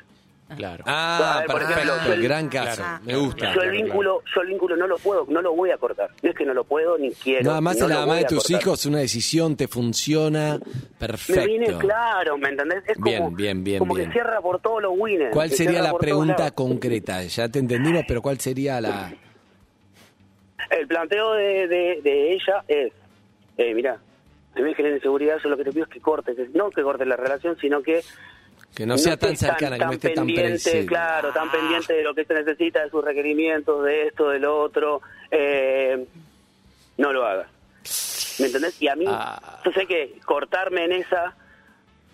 Speaker 3: Claro.
Speaker 1: Ah,
Speaker 6: A ver, por
Speaker 1: perfecto.
Speaker 6: ejemplo, yo-
Speaker 1: gran caso.
Speaker 3: Claro.
Speaker 1: Me gusta.
Speaker 6: yo el vínculo, yo el vínculo no lo puedo, no lo voy a cortar. No es que no lo puedo ni quiero.
Speaker 1: Nada más
Speaker 6: no
Speaker 1: la
Speaker 6: lo
Speaker 1: mamá
Speaker 6: voy
Speaker 1: de
Speaker 6: a
Speaker 1: tus
Speaker 6: cortar.
Speaker 1: hijos, una decisión, te funciona.
Speaker 6: Me viene
Speaker 1: Perfecto.
Speaker 6: claro, ¿me entendés? Es
Speaker 1: Bien,
Speaker 6: como,
Speaker 1: bien, bien,
Speaker 6: como
Speaker 1: bien.
Speaker 6: que cierra por todos los winners.
Speaker 1: ¿Cuál
Speaker 6: que
Speaker 1: sería
Speaker 6: cierra
Speaker 1: la
Speaker 6: por todos
Speaker 1: pregunta
Speaker 6: lados.
Speaker 1: concreta? Ya te entendimos, pero ¿cuál sería la...?
Speaker 6: El planteo de, de, de ella es, eh, mira, a mí me genera inseguridad, yo lo que te pido es que cortes, es- no que cortes la relación, sino que
Speaker 1: Que no sea tan
Speaker 6: estés
Speaker 1: cercana, que no esté tan
Speaker 6: pendiente,
Speaker 1: presente.
Speaker 6: Claro, tan pendiente de lo que se necesita, de sus requerimientos, de esto, de lo otro. Eh, no lo hagas. ¿Me entendés? Y a mí,
Speaker 1: Ah.
Speaker 6: yo sé que cortarme en esa,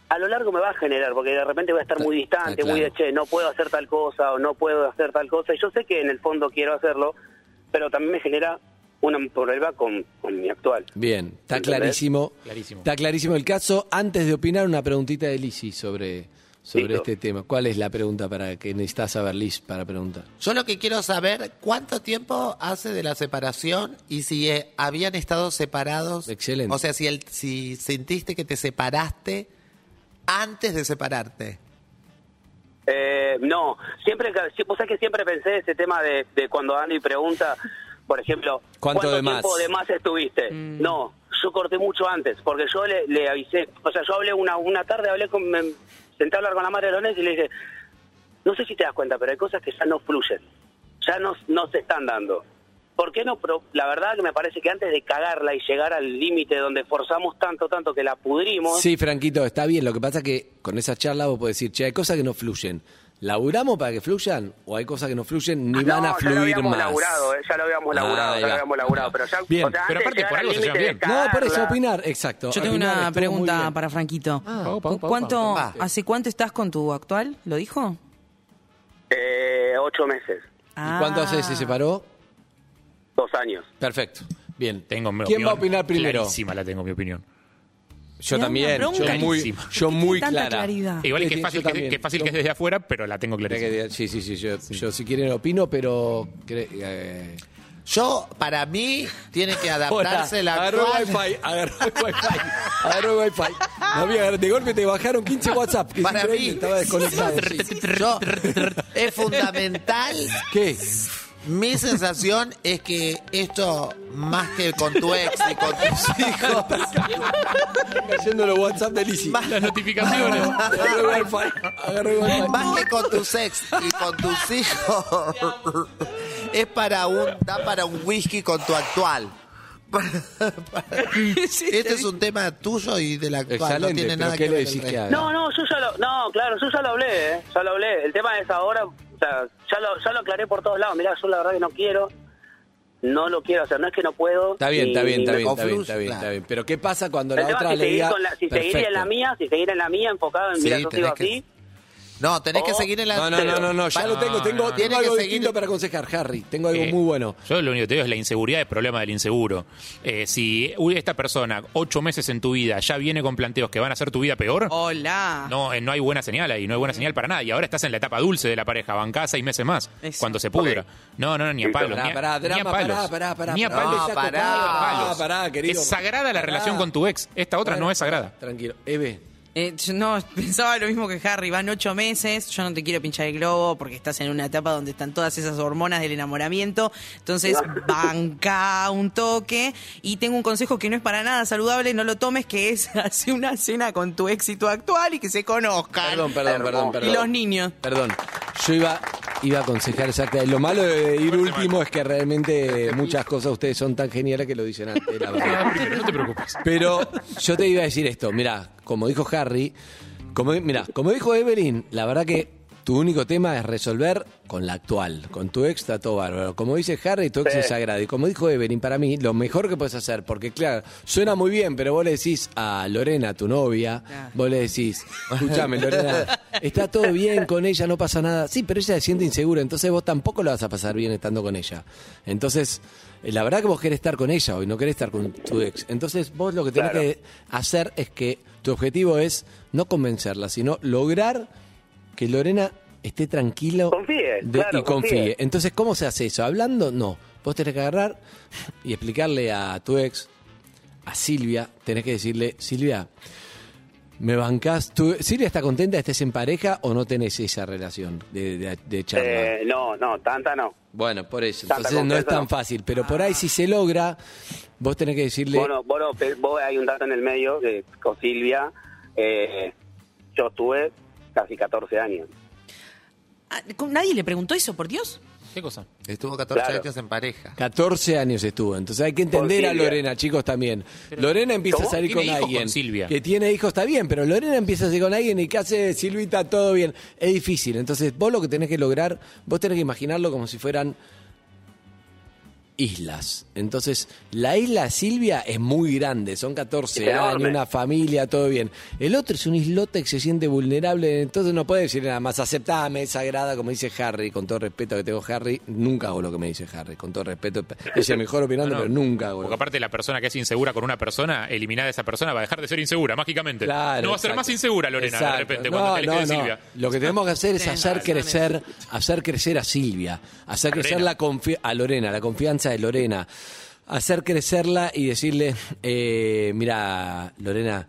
Speaker 6: a lo largo me va a generar, porque de repente voy a estar
Speaker 1: Está-
Speaker 6: muy distante,
Speaker 1: está
Speaker 6: muy de
Speaker 1: claro.
Speaker 6: che, no puedo hacer tal cosa o no puedo hacer tal cosa. Y yo sé que en el fondo quiero hacerlo, pero también me genera un problema con, con mi actual.
Speaker 1: Bien, está
Speaker 6: ¿Entendés?
Speaker 1: clarísimo.
Speaker 3: Clarísimo.
Speaker 1: Está clarísimo el caso. Antes de opinar, una preguntita de Lisi sobre, sobre
Speaker 6: Listo.
Speaker 1: este tema. ¿Cuál es la pregunta para que necesitas saber, Liz, para preguntar?
Speaker 4: Yo lo que quiero saber, ¿cuánto tiempo hace de la separación y si eh, habían estado separados?
Speaker 1: Excelente.
Speaker 4: O sea, si, el, si sentiste que te separaste antes de separarte.
Speaker 6: Eh, no, siempre, vos sabés que siempre pensé ese tema de, de cuando Andy pregunta, por ejemplo,
Speaker 1: ¿Cuánto de más?
Speaker 6: tiempo de más estuviste? No, yo corté mucho antes, porque yo le, le avisé, o sea, yo hablé una, una tarde, hablé con, me senté a hablar con la madre de Lones y le dije, no sé si te das cuenta, pero hay cosas que ya no fluyen, ya no, no se están dando. ¿Por qué no? pro- la verdad que me parece que antes de cagarla y llegar al límite donde forzamos tanto, tanto que la pudrimos,
Speaker 1: Sí, Franquito, está bien. Lo que pasa es que con esa charla vos podés decir, che, hay cosas que no fluyen. ¿Laburamos para que fluyan? ¿O hay cosas que no fluyen ni
Speaker 6: Ah, No,
Speaker 1: van a
Speaker 6: ya lo
Speaker 1: fluir
Speaker 6: habíamos
Speaker 1: más? Ah,
Speaker 6: laburado, eh, ya lo habíamos laburado,
Speaker 1: Ahí
Speaker 6: ya
Speaker 1: va.
Speaker 6: lo habíamos laburado, pero ya,
Speaker 1: Bien,
Speaker 6: o sea,
Speaker 3: pero
Speaker 6: antes
Speaker 3: aparte
Speaker 6: de
Speaker 3: por
Speaker 6: llegar
Speaker 3: algo
Speaker 6: al
Speaker 3: se llevan
Speaker 6: límite de
Speaker 3: bien.
Speaker 1: No, por eso
Speaker 6: cagarla.
Speaker 1: opinar, exacto.
Speaker 5: Yo tengo
Speaker 1: Opinar,
Speaker 5: una
Speaker 1: estuvo muy
Speaker 5: pregunta
Speaker 1: bien.
Speaker 5: para Franquito.
Speaker 3: opa, opa, opa,
Speaker 5: ¿Cuánto,
Speaker 4: opa.
Speaker 5: ¿Hace cuánto estás con tu actual? ¿Lo dijo?
Speaker 6: Eh, ocho meses,
Speaker 1: ¿Y cuánto hace que se
Speaker 5: Ah.
Speaker 1: separó?
Speaker 6: dos años.
Speaker 1: Perfecto. Bien.
Speaker 3: Tengo mi
Speaker 1: ¿Quién
Speaker 3: opinión
Speaker 1: va a opinar primero?
Speaker 3: Clarísima la tengo, mi opinión.
Speaker 1: Yo
Speaker 5: Me da una
Speaker 1: también. Yo
Speaker 5: bronca.
Speaker 1: muy,
Speaker 3: Clarísima.
Speaker 1: yo muy
Speaker 5: Tanta
Speaker 1: clara.
Speaker 5: claridad.
Speaker 3: Igual
Speaker 1: Ah. Sí,
Speaker 3: que
Speaker 1: sí,
Speaker 3: es fácil,
Speaker 1: yo
Speaker 3: que,
Speaker 1: también.
Speaker 3: que es fácil
Speaker 1: Yo-
Speaker 3: que es desde afuera, pero la tengo
Speaker 1: Mirá
Speaker 3: clarísima.
Speaker 1: que- Sí, sí, sí. Yo, yo si quieren opino, pero... cre- eh,
Speaker 4: Yo, para mí, tiene
Speaker 1: *laughs*
Speaker 4: que adaptarse la
Speaker 1: agarró
Speaker 4: actual.
Speaker 1: el wifi, agarró el wifi, agarró el wifi. No había agarrado- de golpe te bajaron 15 WhatsApp. que es
Speaker 4: Para
Speaker 1: increíble,
Speaker 4: mí.
Speaker 1: Estaba desconectado.
Speaker 3: *laughs*
Speaker 1: sí.
Speaker 4: *laughs* Yo- es fundamental.
Speaker 1: ¿Qué?
Speaker 4: Mi sensación es que esto, más que con tu ex y con
Speaker 1: *laughs*
Speaker 4: tus hijos,
Speaker 1: Cayendo los WhatsApp de Lizzy. *laughs*
Speaker 3: Las notificaciones.
Speaker 1: Agarró el wifi, agarró el wifi.
Speaker 4: más que con tus ex y con *laughs* tus hijos, es para un, da para un whisky con tu *laughs* actual. Este es un tema tuyo y del actual, no
Speaker 1: Excelente,
Speaker 4: tiene
Speaker 1: pero
Speaker 4: nada
Speaker 1: ¿qué
Speaker 4: que
Speaker 1: le
Speaker 4: ver. con
Speaker 1: decís
Speaker 4: el
Speaker 1: que haga?
Speaker 4: resto.
Speaker 1: Ah.
Speaker 7: No, no, yo ya lo, no, claro, yo ya lo hablé, ¿eh? ya lo hablé. El tema es ahora, o sea, ya lo, ya lo aclaré por todos lados. Mirá, yo la verdad que no quiero, no lo quiero hacer, no es que no puedo.
Speaker 1: Está bien,
Speaker 7: ni-
Speaker 1: está bien,
Speaker 7: ni
Speaker 1: está
Speaker 3: Eh,
Speaker 7: me
Speaker 1: bien, está bien,
Speaker 4: confluye,
Speaker 1: está bien, está
Speaker 4: claro.
Speaker 1: bien. Pero ¿qué pasa cuando
Speaker 7: El
Speaker 1: la
Speaker 7: tema es
Speaker 1: otra
Speaker 7: si
Speaker 1: le
Speaker 7: seguir,
Speaker 1: diga...
Speaker 7: con la- si seguir en la
Speaker 1: Perfecto.
Speaker 7: mía, si seguir en la mía, enfocado en,
Speaker 4: Sí,
Speaker 7: mira, yo sigo
Speaker 4: tenés que-
Speaker 7: así.
Speaker 4: No, tenés que
Speaker 7: O-
Speaker 4: seguir en la.
Speaker 1: Oh. No, no, no, no, no, ya lo tengo, tengo,
Speaker 4: no, no.
Speaker 1: tengo
Speaker 4: Tiene que
Speaker 1: algo
Speaker 4: seguir-
Speaker 1: distinto para aconsejar, Harry. Tengo algo
Speaker 3: Eh,
Speaker 1: muy bueno.
Speaker 3: Yo lo único que te digo es la inseguridad es problema del inseguro. Eh, si uy, esta persona, ocho meses en tu vida, ya viene con planteos que van a hacer tu vida peor,
Speaker 5: Ah.
Speaker 1: Oh.
Speaker 5: Hola.
Speaker 3: no, eh, no hay buena señal ahí, no hay buena señal para nada. Y ahora estás en la etapa dulce de la pareja, bancás seis meses más,
Speaker 5: Eso.
Speaker 3: cuando se pudra. No, no, no, ni a palos.
Speaker 1: Pará,
Speaker 3: ni a-
Speaker 1: pará,
Speaker 3: ni a
Speaker 1: drama,
Speaker 3: palos.
Speaker 1: pará, pará, pará.
Speaker 3: Ni a
Speaker 1: pará.
Speaker 3: palos.
Speaker 4: No, pará.
Speaker 3: Ni a
Speaker 1: Pará,
Speaker 3: palos.
Speaker 1: pará, querido.
Speaker 3: Es sagrada la
Speaker 1: Pará.
Speaker 3: relación con tu ex. Esta otra
Speaker 1: Bueno,
Speaker 3: no es sagrada.
Speaker 1: Tranquilo. Eve,
Speaker 5: Eh, yo no, *laughs* pensaba lo mismo que Harry, van ocho meses, yo no te quiero pinchar el globo porque estás en una etapa donde están todas esas hormonas del enamoramiento, entonces banca un toque y tengo un consejo que no es para nada saludable, no lo tomes, que es *laughs* hacer una cena con tu éxito actual y que se conozcan.
Speaker 1: perdón, perdón, perdón, perdón.
Speaker 5: Y los niños.
Speaker 1: Perdón. Yo iba, iba a aconsejar exactamente. Lo malo de ir último es que realmente muchas cosas ustedes son tan geniales que lo dicen antes, la verdad.
Speaker 3: No, primero, no te preocupes.
Speaker 1: Pero yo te iba a decir esto, mira, como dijo Harry, como, mira, como dijo Evelyn, la verdad que tu único tema es resolver con la actual, con tu ex está todo bárbaro. Como dice Harry, tu ex es sagrado. Y como dijo Evelyn, para mí, lo mejor que puedes hacer, porque claro, suena muy bien, pero vos le decís a Lorena, tu novia,
Speaker 5: Claro.
Speaker 1: vos le decís, escúchame, Lorena, está todo bien con ella, no pasa nada. Sí, pero ella se siente insegura, entonces vos tampoco lo vas a pasar bien estando con ella. Entonces, eh, la verdad que vos querés estar con ella hoy, no querés estar con tu ex. Entonces, vos lo que tenés
Speaker 7: Claro.
Speaker 1: que hacer es que tu objetivo es no convencerla, sino lograr que Lorena esté tranquilo
Speaker 7: Confíe, claro,
Speaker 1: y confíe.
Speaker 7: confíe.
Speaker 1: Entonces, ¿cómo se hace eso? Hablando, no. Vos tenés que agarrar y explicarle a tu ex, a Silvia, tenés que decirle, Silvia, ¿me bancás? ¿Tú, ¿Silvia está contenta de estés en pareja o no tenés esa relación de, de- de charla?
Speaker 7: Eh, no, no, tanta no.
Speaker 1: bueno, por eso.
Speaker 7: tanta
Speaker 1: Entonces no es
Speaker 7: confianza
Speaker 1: tan
Speaker 7: no.
Speaker 1: fácil, pero por
Speaker 3: Ah.
Speaker 1: ahí si se logra, vos tenés que decirle...
Speaker 7: Vos, no- vos no- pe- vos hay un dato en el medio que con Silvia, eh, yo tuve casi 14 años.
Speaker 5: Ah, ¿Nadie le preguntó eso, por Dios?
Speaker 3: ¿Qué cosa?
Speaker 4: Estuvo 14
Speaker 7: Claro.
Speaker 4: años en pareja.
Speaker 1: 14 años estuvo, entonces hay que entender
Speaker 7: Con
Speaker 1: a
Speaker 7: Silvia.
Speaker 1: Lorena, chicos, también. Lorena empieza
Speaker 7: ¿Cómo?
Speaker 1: a salir
Speaker 3: Tiene
Speaker 1: con
Speaker 3: hijos
Speaker 1: alguien
Speaker 3: con Silvia.
Speaker 1: que tiene hijos, está bien, pero Lorena empieza a salir con alguien y ¿qué hace Silvita? Todo bien. Es difícil, entonces vos lo que tenés que lograr, vos tenés que imaginarlo como si fueran islas. Entonces, la isla Silvia es muy grande, son 14
Speaker 7: Es enorme.
Speaker 1: años, una familia, todo bien. El otro es un islote que se siente vulnerable, entonces no puede decir nada más, aceptame, es sagrada, como dice Harry, con todo respeto que tengo Harry, nunca hago lo que me dice Harry, con todo
Speaker 3: *laughs*
Speaker 1: respeto, es el mejor opinando,
Speaker 3: No, no.
Speaker 1: pero nunca hago. lo
Speaker 3: Porque
Speaker 1: que-
Speaker 3: aparte la persona que es insegura con una persona, eliminar a esa persona va a dejar de ser insegura, mágicamente.
Speaker 1: Claro,
Speaker 3: no va a ser
Speaker 1: exacto.
Speaker 3: más insegura, Lorena,
Speaker 1: Exacto.
Speaker 3: de repente,
Speaker 1: No,
Speaker 3: cuando te alejes de
Speaker 1: no, no.
Speaker 3: Silvia.
Speaker 1: Lo que tenemos que hacer es
Speaker 5: Tenés
Speaker 1: hacer
Speaker 5: razón, eh.
Speaker 1: crecer, hacer crecer a Silvia, hacer
Speaker 3: A
Speaker 1: crecer
Speaker 3: Lorena.
Speaker 1: la confi- a Lorena, la confianza de Lorena, hacer crecerla y decirle, eh, mira, Lorena,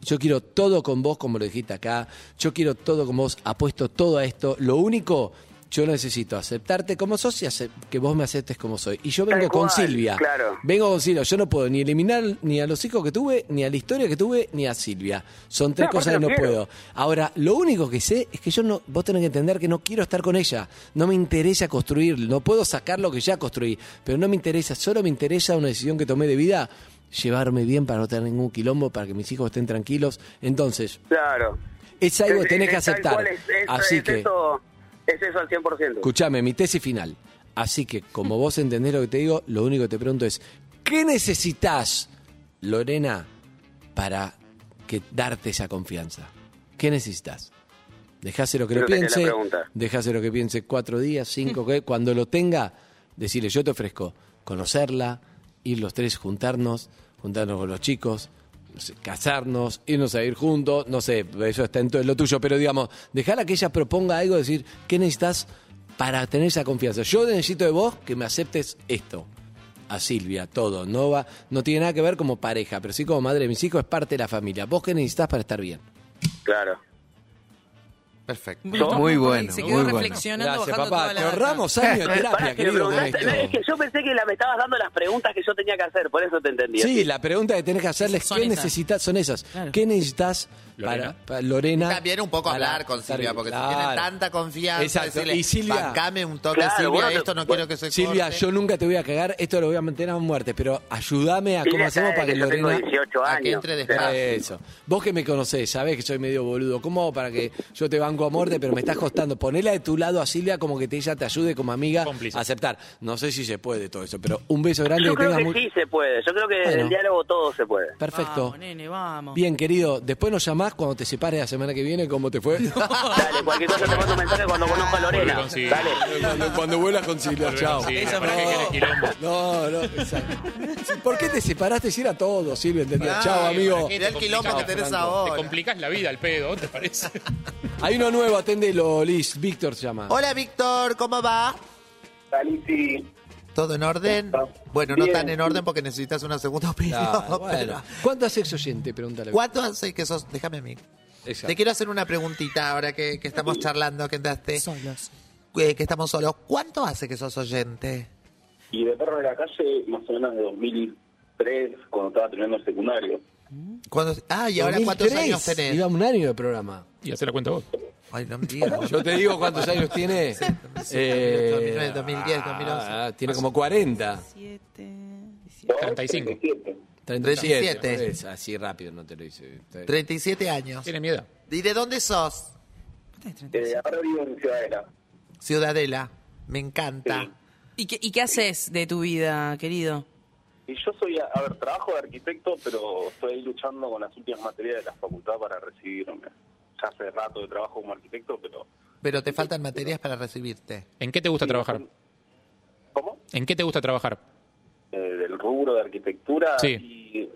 Speaker 1: yo quiero todo con vos, como lo dijiste acá, yo quiero todo con vos, apuesto todo a esto, lo único... Yo necesito aceptarte como sos y ace- que vos me aceptes como soy. Y yo
Speaker 7: Tal
Speaker 1: vengo con
Speaker 7: cual,
Speaker 1: Silvia.
Speaker 7: claro.
Speaker 1: Vengo con Silvia. Yo no puedo ni eliminar ni a los hijos que tuve, ni a la historia que tuve, ni a Silvia. Son tres
Speaker 7: No,
Speaker 1: cosas que
Speaker 7: aparte
Speaker 1: no
Speaker 7: no quiero.
Speaker 1: puedo. Ahora, lo único que sé es que yo no, vos tenés que entender que no quiero estar con ella. No me interesa construir, no puedo sacar lo que ya construí, pero no me interesa, solo me interesa una decisión que tomé de vida, llevarme bien para no tener ningún quilombo, para que mis hijos estén tranquilos. Entonces,
Speaker 7: Claro.
Speaker 1: es algo que
Speaker 7: Es-
Speaker 1: tenés que
Speaker 7: es tal
Speaker 1: aceptar.
Speaker 7: cual, es- es-
Speaker 1: Así
Speaker 7: es
Speaker 1: que,
Speaker 7: Eso, es eso al 100%.
Speaker 1: escúchame, mi tesis final. Así que, como vos entendés lo que te digo, lo único que te pregunto es, ¿qué necesitas, Lorena, para que darte esa confianza? ¿Qué necesitas? Dejase lo que lo
Speaker 7: No sé qué es la
Speaker 1: piense,
Speaker 7: pregunta.
Speaker 1: dejase lo que piense cuatro días, cinco, que- cuando lo tenga, decirle, yo te ofrezco conocerla, ir los tres, juntarnos, juntarnos con los chicos, no sé, casarnos, irnos a ir juntos, no sé, eso está en todo lo tuyo, pero digamos, dejala que ella proponga algo, decir, ¿qué necesitas? para tener esa confianza. Yo necesito de vos que me aceptes esto. A Silvia, todo. No, va, no tiene nada que ver como pareja, pero sí como madre de mis hijos, es parte de la familia. ¿Vos qué necesitas para estar bien?
Speaker 8: Claro.
Speaker 4: Perfecto.
Speaker 6: Yo-
Speaker 9: Muy bueno,
Speaker 5: Se
Speaker 9: muy
Speaker 5: quedó
Speaker 9: bueno.
Speaker 5: reflexionando,
Speaker 1: Gracias,
Speaker 5: bajando
Speaker 1: papá.
Speaker 5: toda la
Speaker 1: Te
Speaker 5: data.
Speaker 1: ahorramos años de
Speaker 6: Pará,
Speaker 1: terapia,
Speaker 6: que me
Speaker 1: querido, con
Speaker 6: preguntaste-
Speaker 1: esto.
Speaker 6: no, es que yo pensé que la, me estabas dando las preguntas que yo tenía que hacer, por eso te entendí.
Speaker 1: Sí, la pregunta que tenés que hacerles
Speaker 5: Son
Speaker 1: ¿qué
Speaker 5: esas.
Speaker 1: necesitas? Son esas.
Speaker 5: Claro.
Speaker 1: ¿Qué necesitas para,
Speaker 3: Lorena.
Speaker 1: para Lorena?
Speaker 4: También un poco
Speaker 1: para
Speaker 4: hablar con
Speaker 1: estar
Speaker 4: Silvia,
Speaker 1: bien?
Speaker 4: porque si
Speaker 1: Claro.
Speaker 4: tiene tanta confianza,
Speaker 1: Exacto.
Speaker 4: decirle,
Speaker 1: y Silvia,
Speaker 4: "Bancame un toque,
Speaker 6: Claro,
Speaker 4: Silvia,
Speaker 6: bueno, te-
Speaker 4: esto no
Speaker 6: bueno,
Speaker 4: quiero que se
Speaker 1: Silvia,
Speaker 4: Este corte".
Speaker 1: yo nunca te voy a cagar, esto lo voy a mantener a muerte, pero ayúdame a cómo hacemos para que
Speaker 6: yo tengo
Speaker 1: Lorena...
Speaker 6: 18
Speaker 4: a que
Speaker 6: años.
Speaker 4: entre
Speaker 6: o sea,
Speaker 4: despacio.
Speaker 1: Eso. Vos que me conocés, sabés que soy medio boludo. ¿Cómo hago para que yo te banco a muerte, pero me estás costando? Ponela de tu lado a Silvia como que te- ella te ayude como amiga
Speaker 3: Cómplice.
Speaker 1: a aceptar. No sé si se puede todo eso, pero un beso grande
Speaker 6: yo
Speaker 1: que
Speaker 6: creo
Speaker 1: tengas
Speaker 6: que
Speaker 1: muy-
Speaker 6: sí se puede. Yo creo que desde
Speaker 1: Bueno.
Speaker 6: el diálogo todo se puede.
Speaker 1: Perfecto.
Speaker 5: Vamos, nene, vamos.
Speaker 1: Bien, querido, después nos llamás cuando te separes la semana que viene, cómo te fue.
Speaker 6: *laughs* Dale, cualquier cosa te mando un mensaje cuando conozco a Lorena.
Speaker 3: Vuelve con Silvia.
Speaker 6: Dale.
Speaker 1: cuando, cuando vuelas con Silvia, chao.
Speaker 3: Sí,
Speaker 5: Eso
Speaker 3: ¿para
Speaker 5: no.
Speaker 3: qué querés quilombo?
Speaker 1: No, no, exacto. ¿Por qué te separaste si era todo, Silvia? ¿Entendés? Chao, amigo.
Speaker 4: Mirá el quilombo que
Speaker 3: complicado,
Speaker 1: Franco.
Speaker 4: tenés
Speaker 3: Te
Speaker 4: ahora.
Speaker 3: complicás la vida al pedo, ¿te parece?
Speaker 1: *laughs* Hay uno nuevo, atendelo, Liz. Víctor se llama.
Speaker 4: Hola, Víctor, ¿cómo va? ¿Todo en orden? Bueno, no
Speaker 8: Bien.
Speaker 4: tan en orden porque necesitas una segunda *laughs* opinión.
Speaker 1: Ah,
Speaker 4: pero-
Speaker 1: bueno. ¿Cuánto haces oyente? Pregúntale.
Speaker 4: ¿Cuánto hace que sos? Déjame a mí.
Speaker 1: Exacto.
Speaker 4: Te quiero hacer una preguntita ahora que, que estamos charlando, que entraste,
Speaker 5: Solos.
Speaker 4: eh, que estamos solos. ¿Cuánto hace que sos oyente?
Speaker 8: Y de perro de la calle, más o menos de 2003, cuando estaba terminando el secundario.
Speaker 4: ¿Cuándo- Ah, ¿y ahora cuántos
Speaker 1: 2003.
Speaker 4: años tenés?
Speaker 1: Iba un año de programa.
Speaker 3: Y hacer la cuenta vos.
Speaker 4: Ay, no me digas.
Speaker 1: Yo te digo cuántos años
Speaker 4: *laughs*
Speaker 1: tiene. Eh,
Speaker 4: 2009, 2010, 2011.
Speaker 1: ah, tiene como 40.
Speaker 5: 7, 17.
Speaker 3: 35.
Speaker 1: 37.
Speaker 4: 37.
Speaker 1: Es así rápido, no te lo hice.
Speaker 4: 37 años.
Speaker 3: Tiene miedo.
Speaker 4: ¿Y de dónde sos?
Speaker 8: Eh, ahora vivo en Ciudadela.
Speaker 4: Ciudadela. Me encanta.
Speaker 5: ¿Y qué, ¿Y qué haces de tu vida, querido?
Speaker 8: Y yo soy, a ver, trabajo de arquitecto, pero estoy ahí luchando con las últimas materias de la facultad para recibirme. Ya hace rato de trabajo como arquitecto, pero...
Speaker 4: Pero te faltan materias para recibirte.
Speaker 3: ¿En qué te gusta trabajar?
Speaker 8: ¿Cómo?
Speaker 3: ¿En qué te gusta trabajar?
Speaker 8: eh, del rubro de arquitectura
Speaker 3: Sí.
Speaker 8: y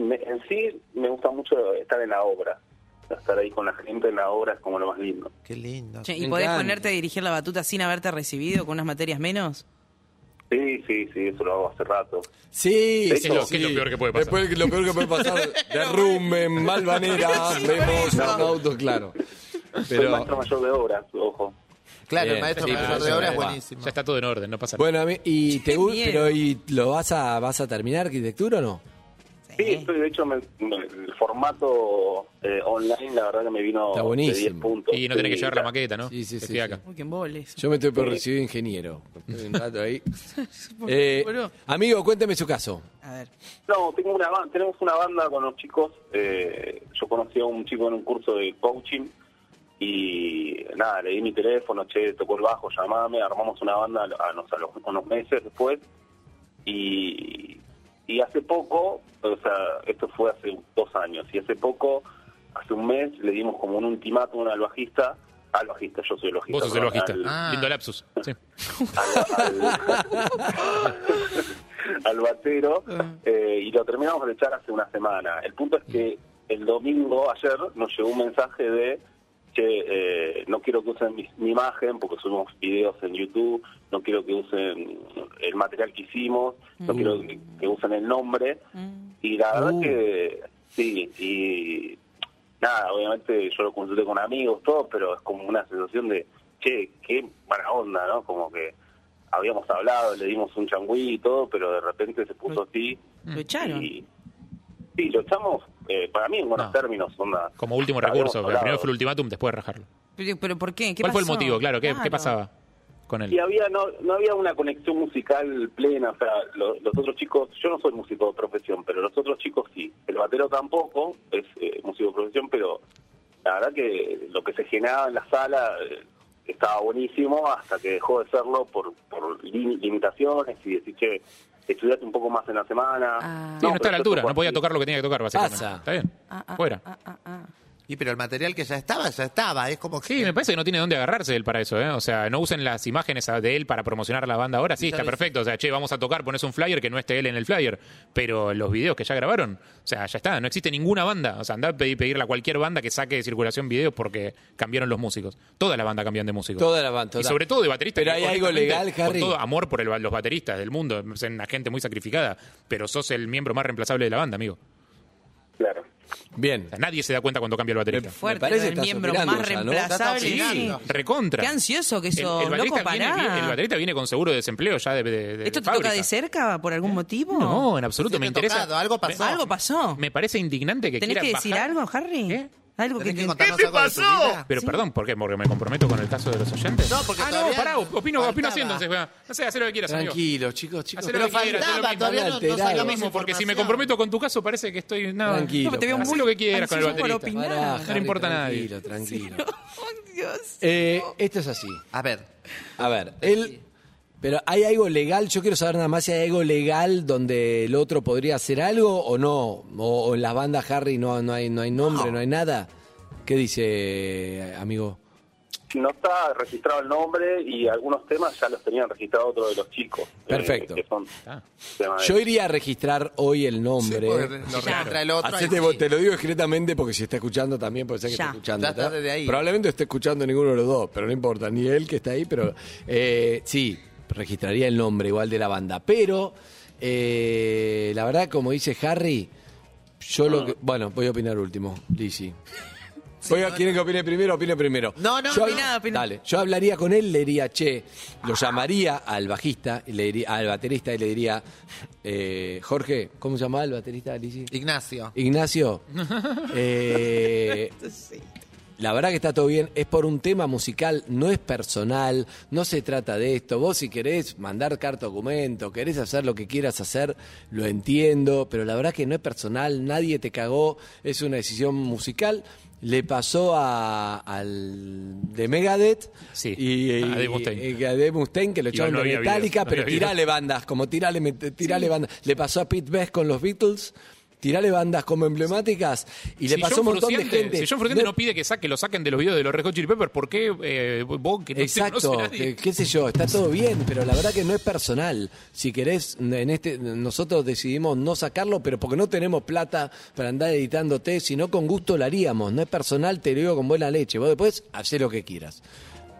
Speaker 8: me- en sí me gusta mucho estar en la obra. Estar ahí con la gente en la obra es como lo más lindo.
Speaker 4: Qué lindo.
Speaker 5: Che, ¿Y
Speaker 1: Me
Speaker 5: podés
Speaker 1: encanta.
Speaker 5: ponerte a dirigir la batuta sin haberte recibido con unas materias menos?
Speaker 8: Sí, sí, sí, eso lo hago hace rato.
Speaker 1: Sí,
Speaker 8: ¿Qué es
Speaker 1: eso
Speaker 8: lo-
Speaker 1: sí.
Speaker 3: qué es lo peor que puede pasar?
Speaker 1: Después, lo peor que puede
Speaker 3: *laughs*
Speaker 1: pasar, *laughs* derrumbe, malvanera,
Speaker 5: Sí, por
Speaker 1: vemos
Speaker 5: eso.
Speaker 1: un auto, claro.
Speaker 8: Soy
Speaker 1: Pero
Speaker 8: maestro mayor de obras, ojo.
Speaker 4: Claro,
Speaker 1: Bien,
Speaker 4: el maestro
Speaker 1: sí,
Speaker 4: mayor
Speaker 1: pero
Speaker 4: de
Speaker 1: eso
Speaker 4: obra es
Speaker 1: va.
Speaker 4: buenísimo.
Speaker 3: Ya está todo en orden, no pasa nada.
Speaker 1: bueno, a mí- y te
Speaker 5: Qué
Speaker 1: gu-
Speaker 5: miedo.
Speaker 1: pero y lo vas a vas a terminar arquitectura o no?
Speaker 8: Sí, estoy, de hecho, me- me- el formato eh, online, la verdad que me vino
Speaker 1: Está
Speaker 8: de
Speaker 1: buenísimo.
Speaker 8: 10 puntos.
Speaker 3: Y no tenés que
Speaker 8: Sí,
Speaker 3: llevar
Speaker 8: ya.
Speaker 3: la maqueta, ¿no?
Speaker 1: Sí, sí, sí,
Speaker 3: Estoy acá.
Speaker 1: sí.
Speaker 5: Uy, qué emboles.
Speaker 1: Yo me estoy por recibir de ingeniero. Estoy un rato
Speaker 3: *laughs*
Speaker 1: ahí.
Speaker 5: ¿Por qué,
Speaker 1: Eh,
Speaker 5: boludo?
Speaker 1: amigo, cuénteme su caso.
Speaker 5: A ver.
Speaker 8: No, tengo una ban- tenemos una banda con los chicos. eh, yo conocí a un chico en un curso de coaching y nada, le di mi teléfono, che, tocó el bajo, llamame, armamos una banda a, los, a los- unos meses después. Y, y hace poco, o sea, esto fue hace dos años, y hace poco, hace un mes, le dimos como un ultimátum al bajista, al bajista, yo soy el bajista.
Speaker 3: Vos sos el
Speaker 8: perdón,
Speaker 3: bajista.
Speaker 8: al-
Speaker 4: Ah.
Speaker 3: Lindo lapsus. Sí.
Speaker 8: al, al- al batero eh, y lo terminamos de echar hace una semana. El punto es que el domingo, ayer, nos llegó un mensaje de que eh, no quiero que usen mi, mi imagen porque subimos videos en YouTube, no quiero que usen el material que hicimos, no quiero que, que usen el nombre.
Speaker 5: Mm.
Speaker 8: Y la verdad
Speaker 1: Uh.
Speaker 8: que sí, y nada, obviamente yo lo consulté con amigos, todo, pero es como una sensación de, che, qué mala onda, ¿no? Como que habíamos hablado, le dimos un changüí y todo, pero de repente se puso así.
Speaker 5: Lo echaron.
Speaker 8: Y, sí, lo echamos, eh, para mí en buenos
Speaker 3: No.
Speaker 8: términos, onda.
Speaker 3: Como último
Speaker 8: Habíamos
Speaker 3: recurso.
Speaker 8: hablado.
Speaker 3: Primero fue el ultimátum, después rajarlo.
Speaker 5: Pero, pero ¿por qué? ¿Qué
Speaker 3: ¿Cuál fue el
Speaker 5: pasó?
Speaker 3: motivo? Claro, ¿qué, qué pasaba con
Speaker 8: Y
Speaker 3: él?
Speaker 8: había no, no había una conexión musical plena, o sea, lo- los otros chicos, yo no soy músico de profesión, pero los otros chicos sí. El batero tampoco es eh, músico de profesión, pero la verdad que lo que se generaba en la sala eh, estaba buenísimo hasta que dejó de serlo por, por lim- limitaciones y decir, che, estudiate un poco más en la semana.
Speaker 5: Ah.
Speaker 3: Sí, no, estaba a la
Speaker 8: pero esto
Speaker 3: altura,
Speaker 8: fue
Speaker 3: no podía
Speaker 8: así.
Speaker 3: tocar lo que tenía que tocar, básicamente.
Speaker 1: Pasa.
Speaker 3: Está bien.
Speaker 5: Ah, ah,
Speaker 3: Fuera.
Speaker 5: ah, ah, ah.
Speaker 4: Y pero el material que ya estaba, ya estaba. Es como que.
Speaker 3: Sí, me parece que no tiene dónde agarrarse él para eso, ¿eh? O sea, no usen las imágenes a- de él para promocionar la banda ahora. Sí, está perfecto. O sea, che, vamos a tocar, pones un flyer que no esté él en el flyer. Pero los videos que ya grabaron, o sea, ya está. No existe ninguna banda. O sea, andá a pedir, pedirle a cualquier banda que saque de circulación videos porque cambiaron los músicos. Toda la banda cambian de músicos.
Speaker 1: Toda la banda,
Speaker 3: Y
Speaker 1: toda.
Speaker 3: sobre todo de bateristas.
Speaker 1: Pero
Speaker 3: que
Speaker 1: hay algo
Speaker 3: honestamente,
Speaker 1: legal, Harry.
Speaker 3: Con todo amor por el ba- los bateristas del mundo. Es una gente muy sacrificada. Pero sos el miembro más reemplazable de la banda, amigo.
Speaker 6: Claro.
Speaker 1: Bien.
Speaker 3: O sea, nadie se da cuenta cuando cambia el baterista.
Speaker 5: Fuerte,
Speaker 1: parece que
Speaker 5: lo del
Speaker 1: estás
Speaker 5: miembro
Speaker 1: opinando
Speaker 5: más
Speaker 1: ya, ¿no?
Speaker 5: reemplazable.
Speaker 4: Estás
Speaker 5: sí.
Speaker 4: opinando.
Speaker 3: Recontra.
Speaker 5: Qué ansioso que sos, loco,
Speaker 3: baterista viene,
Speaker 5: pará.
Speaker 3: viene- el baterista viene con seguro de desempleo ya de, de- de
Speaker 5: ¿Esto te
Speaker 3: fábrica.
Speaker 5: toca de cerca por algún motivo?
Speaker 3: No, en absoluto.
Speaker 4: Siete
Speaker 3: Me interesa.
Speaker 4: tocado, algo pasó.
Speaker 5: Algo pasó.
Speaker 3: Me parece indignante que
Speaker 5: ¿Tenés
Speaker 3: quieran
Speaker 5: que decir
Speaker 3: bajar-
Speaker 5: algo, Harry?
Speaker 1: ¿Eh?
Speaker 3: ¿Qué?
Speaker 5: Algo que,
Speaker 4: Tenés que
Speaker 5: te-
Speaker 4: contarnos algo de tu vida.
Speaker 3: Pero perdón, ¿por qué? Porque me comprometo con el caso de los oyentes.
Speaker 4: No, porque
Speaker 3: ah, no,
Speaker 4: todavía
Speaker 3: pará, opino, opino así
Speaker 4: faltaba.
Speaker 3: entonces. weá. No sé, haz lo que quieras, amigo.
Speaker 1: Tranquilo, chicos, chicos.
Speaker 3: Hacelo que quieras,
Speaker 4: faltaba,
Speaker 3: hacelo
Speaker 4: todavía no- no
Speaker 3: lo
Speaker 4: sacamos
Speaker 3: mismo, porque si me
Speaker 4: información.
Speaker 3: comprometo con tu caso parece que estoy nada.
Speaker 1: Tranquilo,
Speaker 3: No, te veo
Speaker 1: Fran.
Speaker 3: muy lo que quieras con el
Speaker 5: Ansioso por
Speaker 3: baterista.
Speaker 5: opinar.
Speaker 1: Pará,
Speaker 3: No
Speaker 1: Harry,
Speaker 3: importa a nadie.
Speaker 1: tranquilo, Tranquilo,
Speaker 5: Oh, Dios.
Speaker 1: Eh, esto es así.
Speaker 4: A ver.
Speaker 1: A ver, él. Pero hay algo legal, yo quiero saber nada más si hay algo legal donde el otro podría hacer algo o no. O, o en las bandas Harry no, no, hay, no hay nombre, no. hay nada. ¿Qué dice, amigo?
Speaker 8: No está registrado el nombre y algunos temas ya los tenían registrado otro de los chicos. eh,
Speaker 1: Perfecto.
Speaker 8: que son
Speaker 3: Ah.
Speaker 8: temas de-
Speaker 1: Yo iría a registrar hoy el
Speaker 4: Sí,
Speaker 1: nombre.
Speaker 4: porque lo registra el otro. ahí
Speaker 1: Hacete,
Speaker 4: sí.
Speaker 1: vos, te lo digo discretamente porque si está escuchando también puede ser que
Speaker 5: Ya.
Speaker 1: esté escuchando.
Speaker 4: Ya está desde ahí.
Speaker 1: Probablemente no esté escuchando ninguno de los dos, pero no importa, ni él que está ahí, pero eh, sí, registraría el nombre igual de la banda. Pero, eh, la verdad, como dice Harry, yo lo que... Bueno, voy a opinar último, Lizzy. Voy a- ¿Quieren que opine primero? Opine primero.
Speaker 4: No, no,
Speaker 1: Yo-
Speaker 5: opiná, opiná.
Speaker 1: Dale, yo hablaría con él, le diría, che, lo llamaría al bajista, y le diría, al baterista y le diría, eh, Jorge, ¿cómo se llamaba el baterista, Lizzy?
Speaker 4: Ignacio.
Speaker 1: Ignacio, eh, la verdad que está todo bien, es por un tema musical, no es personal, no se trata de esto. Vos si querés mandar carta documento, querés hacer lo que quieras hacer, lo entiendo, pero la verdad que no es personal, nadie te cagó, es una decisión musical. Le pasó a- al de Megadeth
Speaker 3: Sí,
Speaker 1: y,
Speaker 3: a Dave
Speaker 1: y-
Speaker 3: Mustaine.
Speaker 1: y a Dave Mustaine, que lo
Speaker 3: Igual
Speaker 1: echaron
Speaker 3: no
Speaker 1: de
Speaker 3: había
Speaker 1: Metallica,
Speaker 3: videos, no
Speaker 1: pero
Speaker 3: había
Speaker 1: tirale
Speaker 3: videos.
Speaker 1: bandas, como tirale, met- tirale bandas. Le pasó a Pete Best con los Beatles, tirale bandas como emblemáticas y le
Speaker 3: Si
Speaker 1: pasó
Speaker 3: John
Speaker 1: un montón
Speaker 3: Frusciante-
Speaker 1: de gente.
Speaker 3: Si John Frusciante no, pide que, saque, lo saquen de los videos de los Red Hot Chili Peppers, ¿por qué eh, vos que no te
Speaker 1: Exacto,
Speaker 3: conoce nadie?
Speaker 1: que- qué sé yo, está todo bien, pero la verdad que no es personal. Si querés, en este nosotros decidimos no sacarlo, pero porque no tenemos plata para andar editándote, sino con gusto lo haríamos. No es personal, te lo digo con buena leche. Vos después hacés lo que quieras.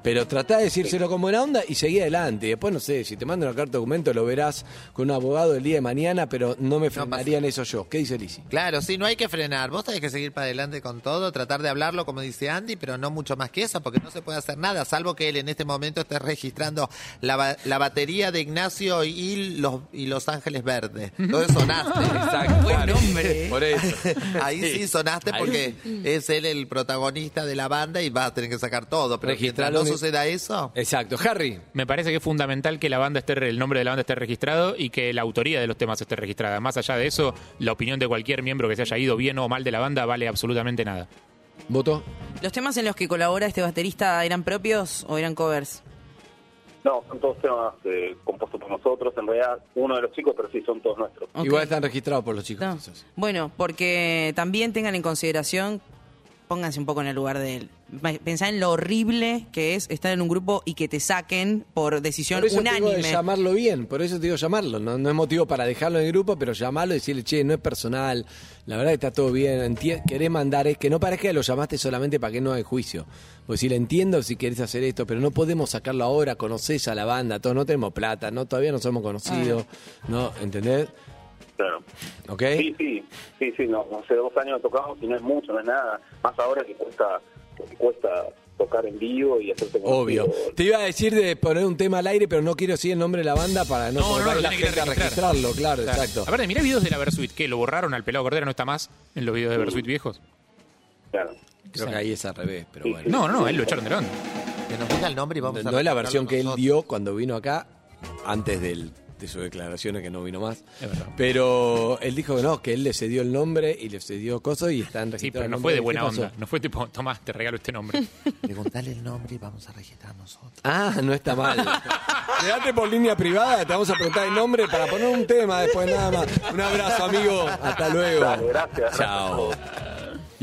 Speaker 1: Pero tratá de decírselo con buena onda y seguí adelante. Y después, no sé, si te mando una carta de documento lo verás con un abogado el día de mañana, pero no me frenaría en eso yo. ¿Qué dice Lisi?
Speaker 4: Claro, sí, no hay que frenar. Vos tenés que seguir para adelante con todo, tratar de hablarlo, como dice Andy, pero no mucho más que eso, porque no se puede hacer nada, salvo que él en este momento esté registrando la, ba- la batería de Ignacio y los, y los Ángeles Verdes. Todo eso
Speaker 3: *laughs*
Speaker 4: sonaste.
Speaker 1: Exacto.
Speaker 5: Buen nombre.
Speaker 1: Por eso.
Speaker 4: *laughs* Ahí sí sonaste
Speaker 1: Ahí
Speaker 4: porque es él el protagonista de la banda y va a tener que sacar todo. Pero mientras
Speaker 1: Registralo Eh,
Speaker 4: no
Speaker 1: en-
Speaker 4: suceda eso,
Speaker 1: *laughs* Exacto. Harry.
Speaker 3: Me parece que es fundamental que la banda esté, el nombre de la banda esté registrado y que la autoría de los temas esté registrada. Más allá de eso, la opinión de cualquier miembro que se haya ido bien o mal de la banda vale absolutamente nada.
Speaker 1: ¿Voto?
Speaker 5: ¿Los temas en los que colabora este baterista eran propios o eran covers?
Speaker 8: No, son todos temas eh, compuestos por nosotros, en realidad uno de los chicos, pero sí son todos nuestros.
Speaker 5: Ok.
Speaker 1: Igual están registrados por los chicos.
Speaker 5: No.
Speaker 1: esos.
Speaker 5: Bueno, porque también tengan en consideración, pónganse un poco en el lugar de él. Ma- Pensá en lo horrible que es estar en un grupo y que te saquen por decisión
Speaker 1: Por eso te digo
Speaker 5: unánime.
Speaker 1: de llamarlo bien, por eso te digo llamarlo. No, no es motivo para dejarlo en el grupo, pero llamarlo y decirle, che, no es personal, la verdad que está todo bien, enti- querés mandar, es que no parezca que lo llamaste solamente para que no hay juicio. Pues si le entiendo si querés hacer esto, pero no podemos sacarlo ahora, conocés a la banda, todos no tenemos plata, no todavía no somos conocidos, ¿no? ¿Entendés?
Speaker 8: Claro.
Speaker 1: ¿Ok?
Speaker 8: Sí, sí, sí, sí, no, hace dos años tocamos y no es mucho, no es nada. Más ahora que cuesta, que cuesta tocar en vivo y hacerse
Speaker 1: Obvio.
Speaker 8: conocido.
Speaker 1: Te iba a decir de poner un tema al aire, pero no quiero decir el nombre de la banda para no,
Speaker 3: No, no,
Speaker 1: forzar
Speaker 3: lo
Speaker 1: a la
Speaker 3: tiene que
Speaker 1: gente a
Speaker 3: registrar.
Speaker 1: registrarlo, claro,
Speaker 3: Claro.
Speaker 1: exacto.
Speaker 3: Aparte, mirá videos de la Versuit, que lo borraron al pelado cordero, no está más en los videos de Versuit viejos.
Speaker 8: Claro.
Speaker 1: Creo que ahí es al revés, pero
Speaker 8: Sí,
Speaker 1: bueno.
Speaker 3: No, no, no, él lo echaron de onda.
Speaker 4: que nos diga el nombre y vamos a
Speaker 1: No es la
Speaker 4: registrarlo
Speaker 1: versión que él
Speaker 4: nosotros.
Speaker 1: dio cuando vino acá, antes del- de sus declaraciones, que no vino más.
Speaker 3: Es verdad.
Speaker 1: Pero él dijo que no, que él le cedió el nombre y le cedió cosas y están
Speaker 3: Sí,
Speaker 1: registrados.
Speaker 3: pero
Speaker 1: el
Speaker 3: no
Speaker 1: nombre
Speaker 3: fue de
Speaker 1: él. ¿Qué
Speaker 3: buena
Speaker 1: pasó?
Speaker 3: onda. No fue tipo, Tomás, te regalo este nombre.
Speaker 4: Preguntale el nombre y vamos a registrar nosotros.
Speaker 1: Ah, no está *laughs* mal. Quédate por línea privada, te vamos a preguntar el nombre para poner un tema después nada más. Un abrazo, amigo. Hasta luego.
Speaker 8: Dale, gracias.
Speaker 1: Chao.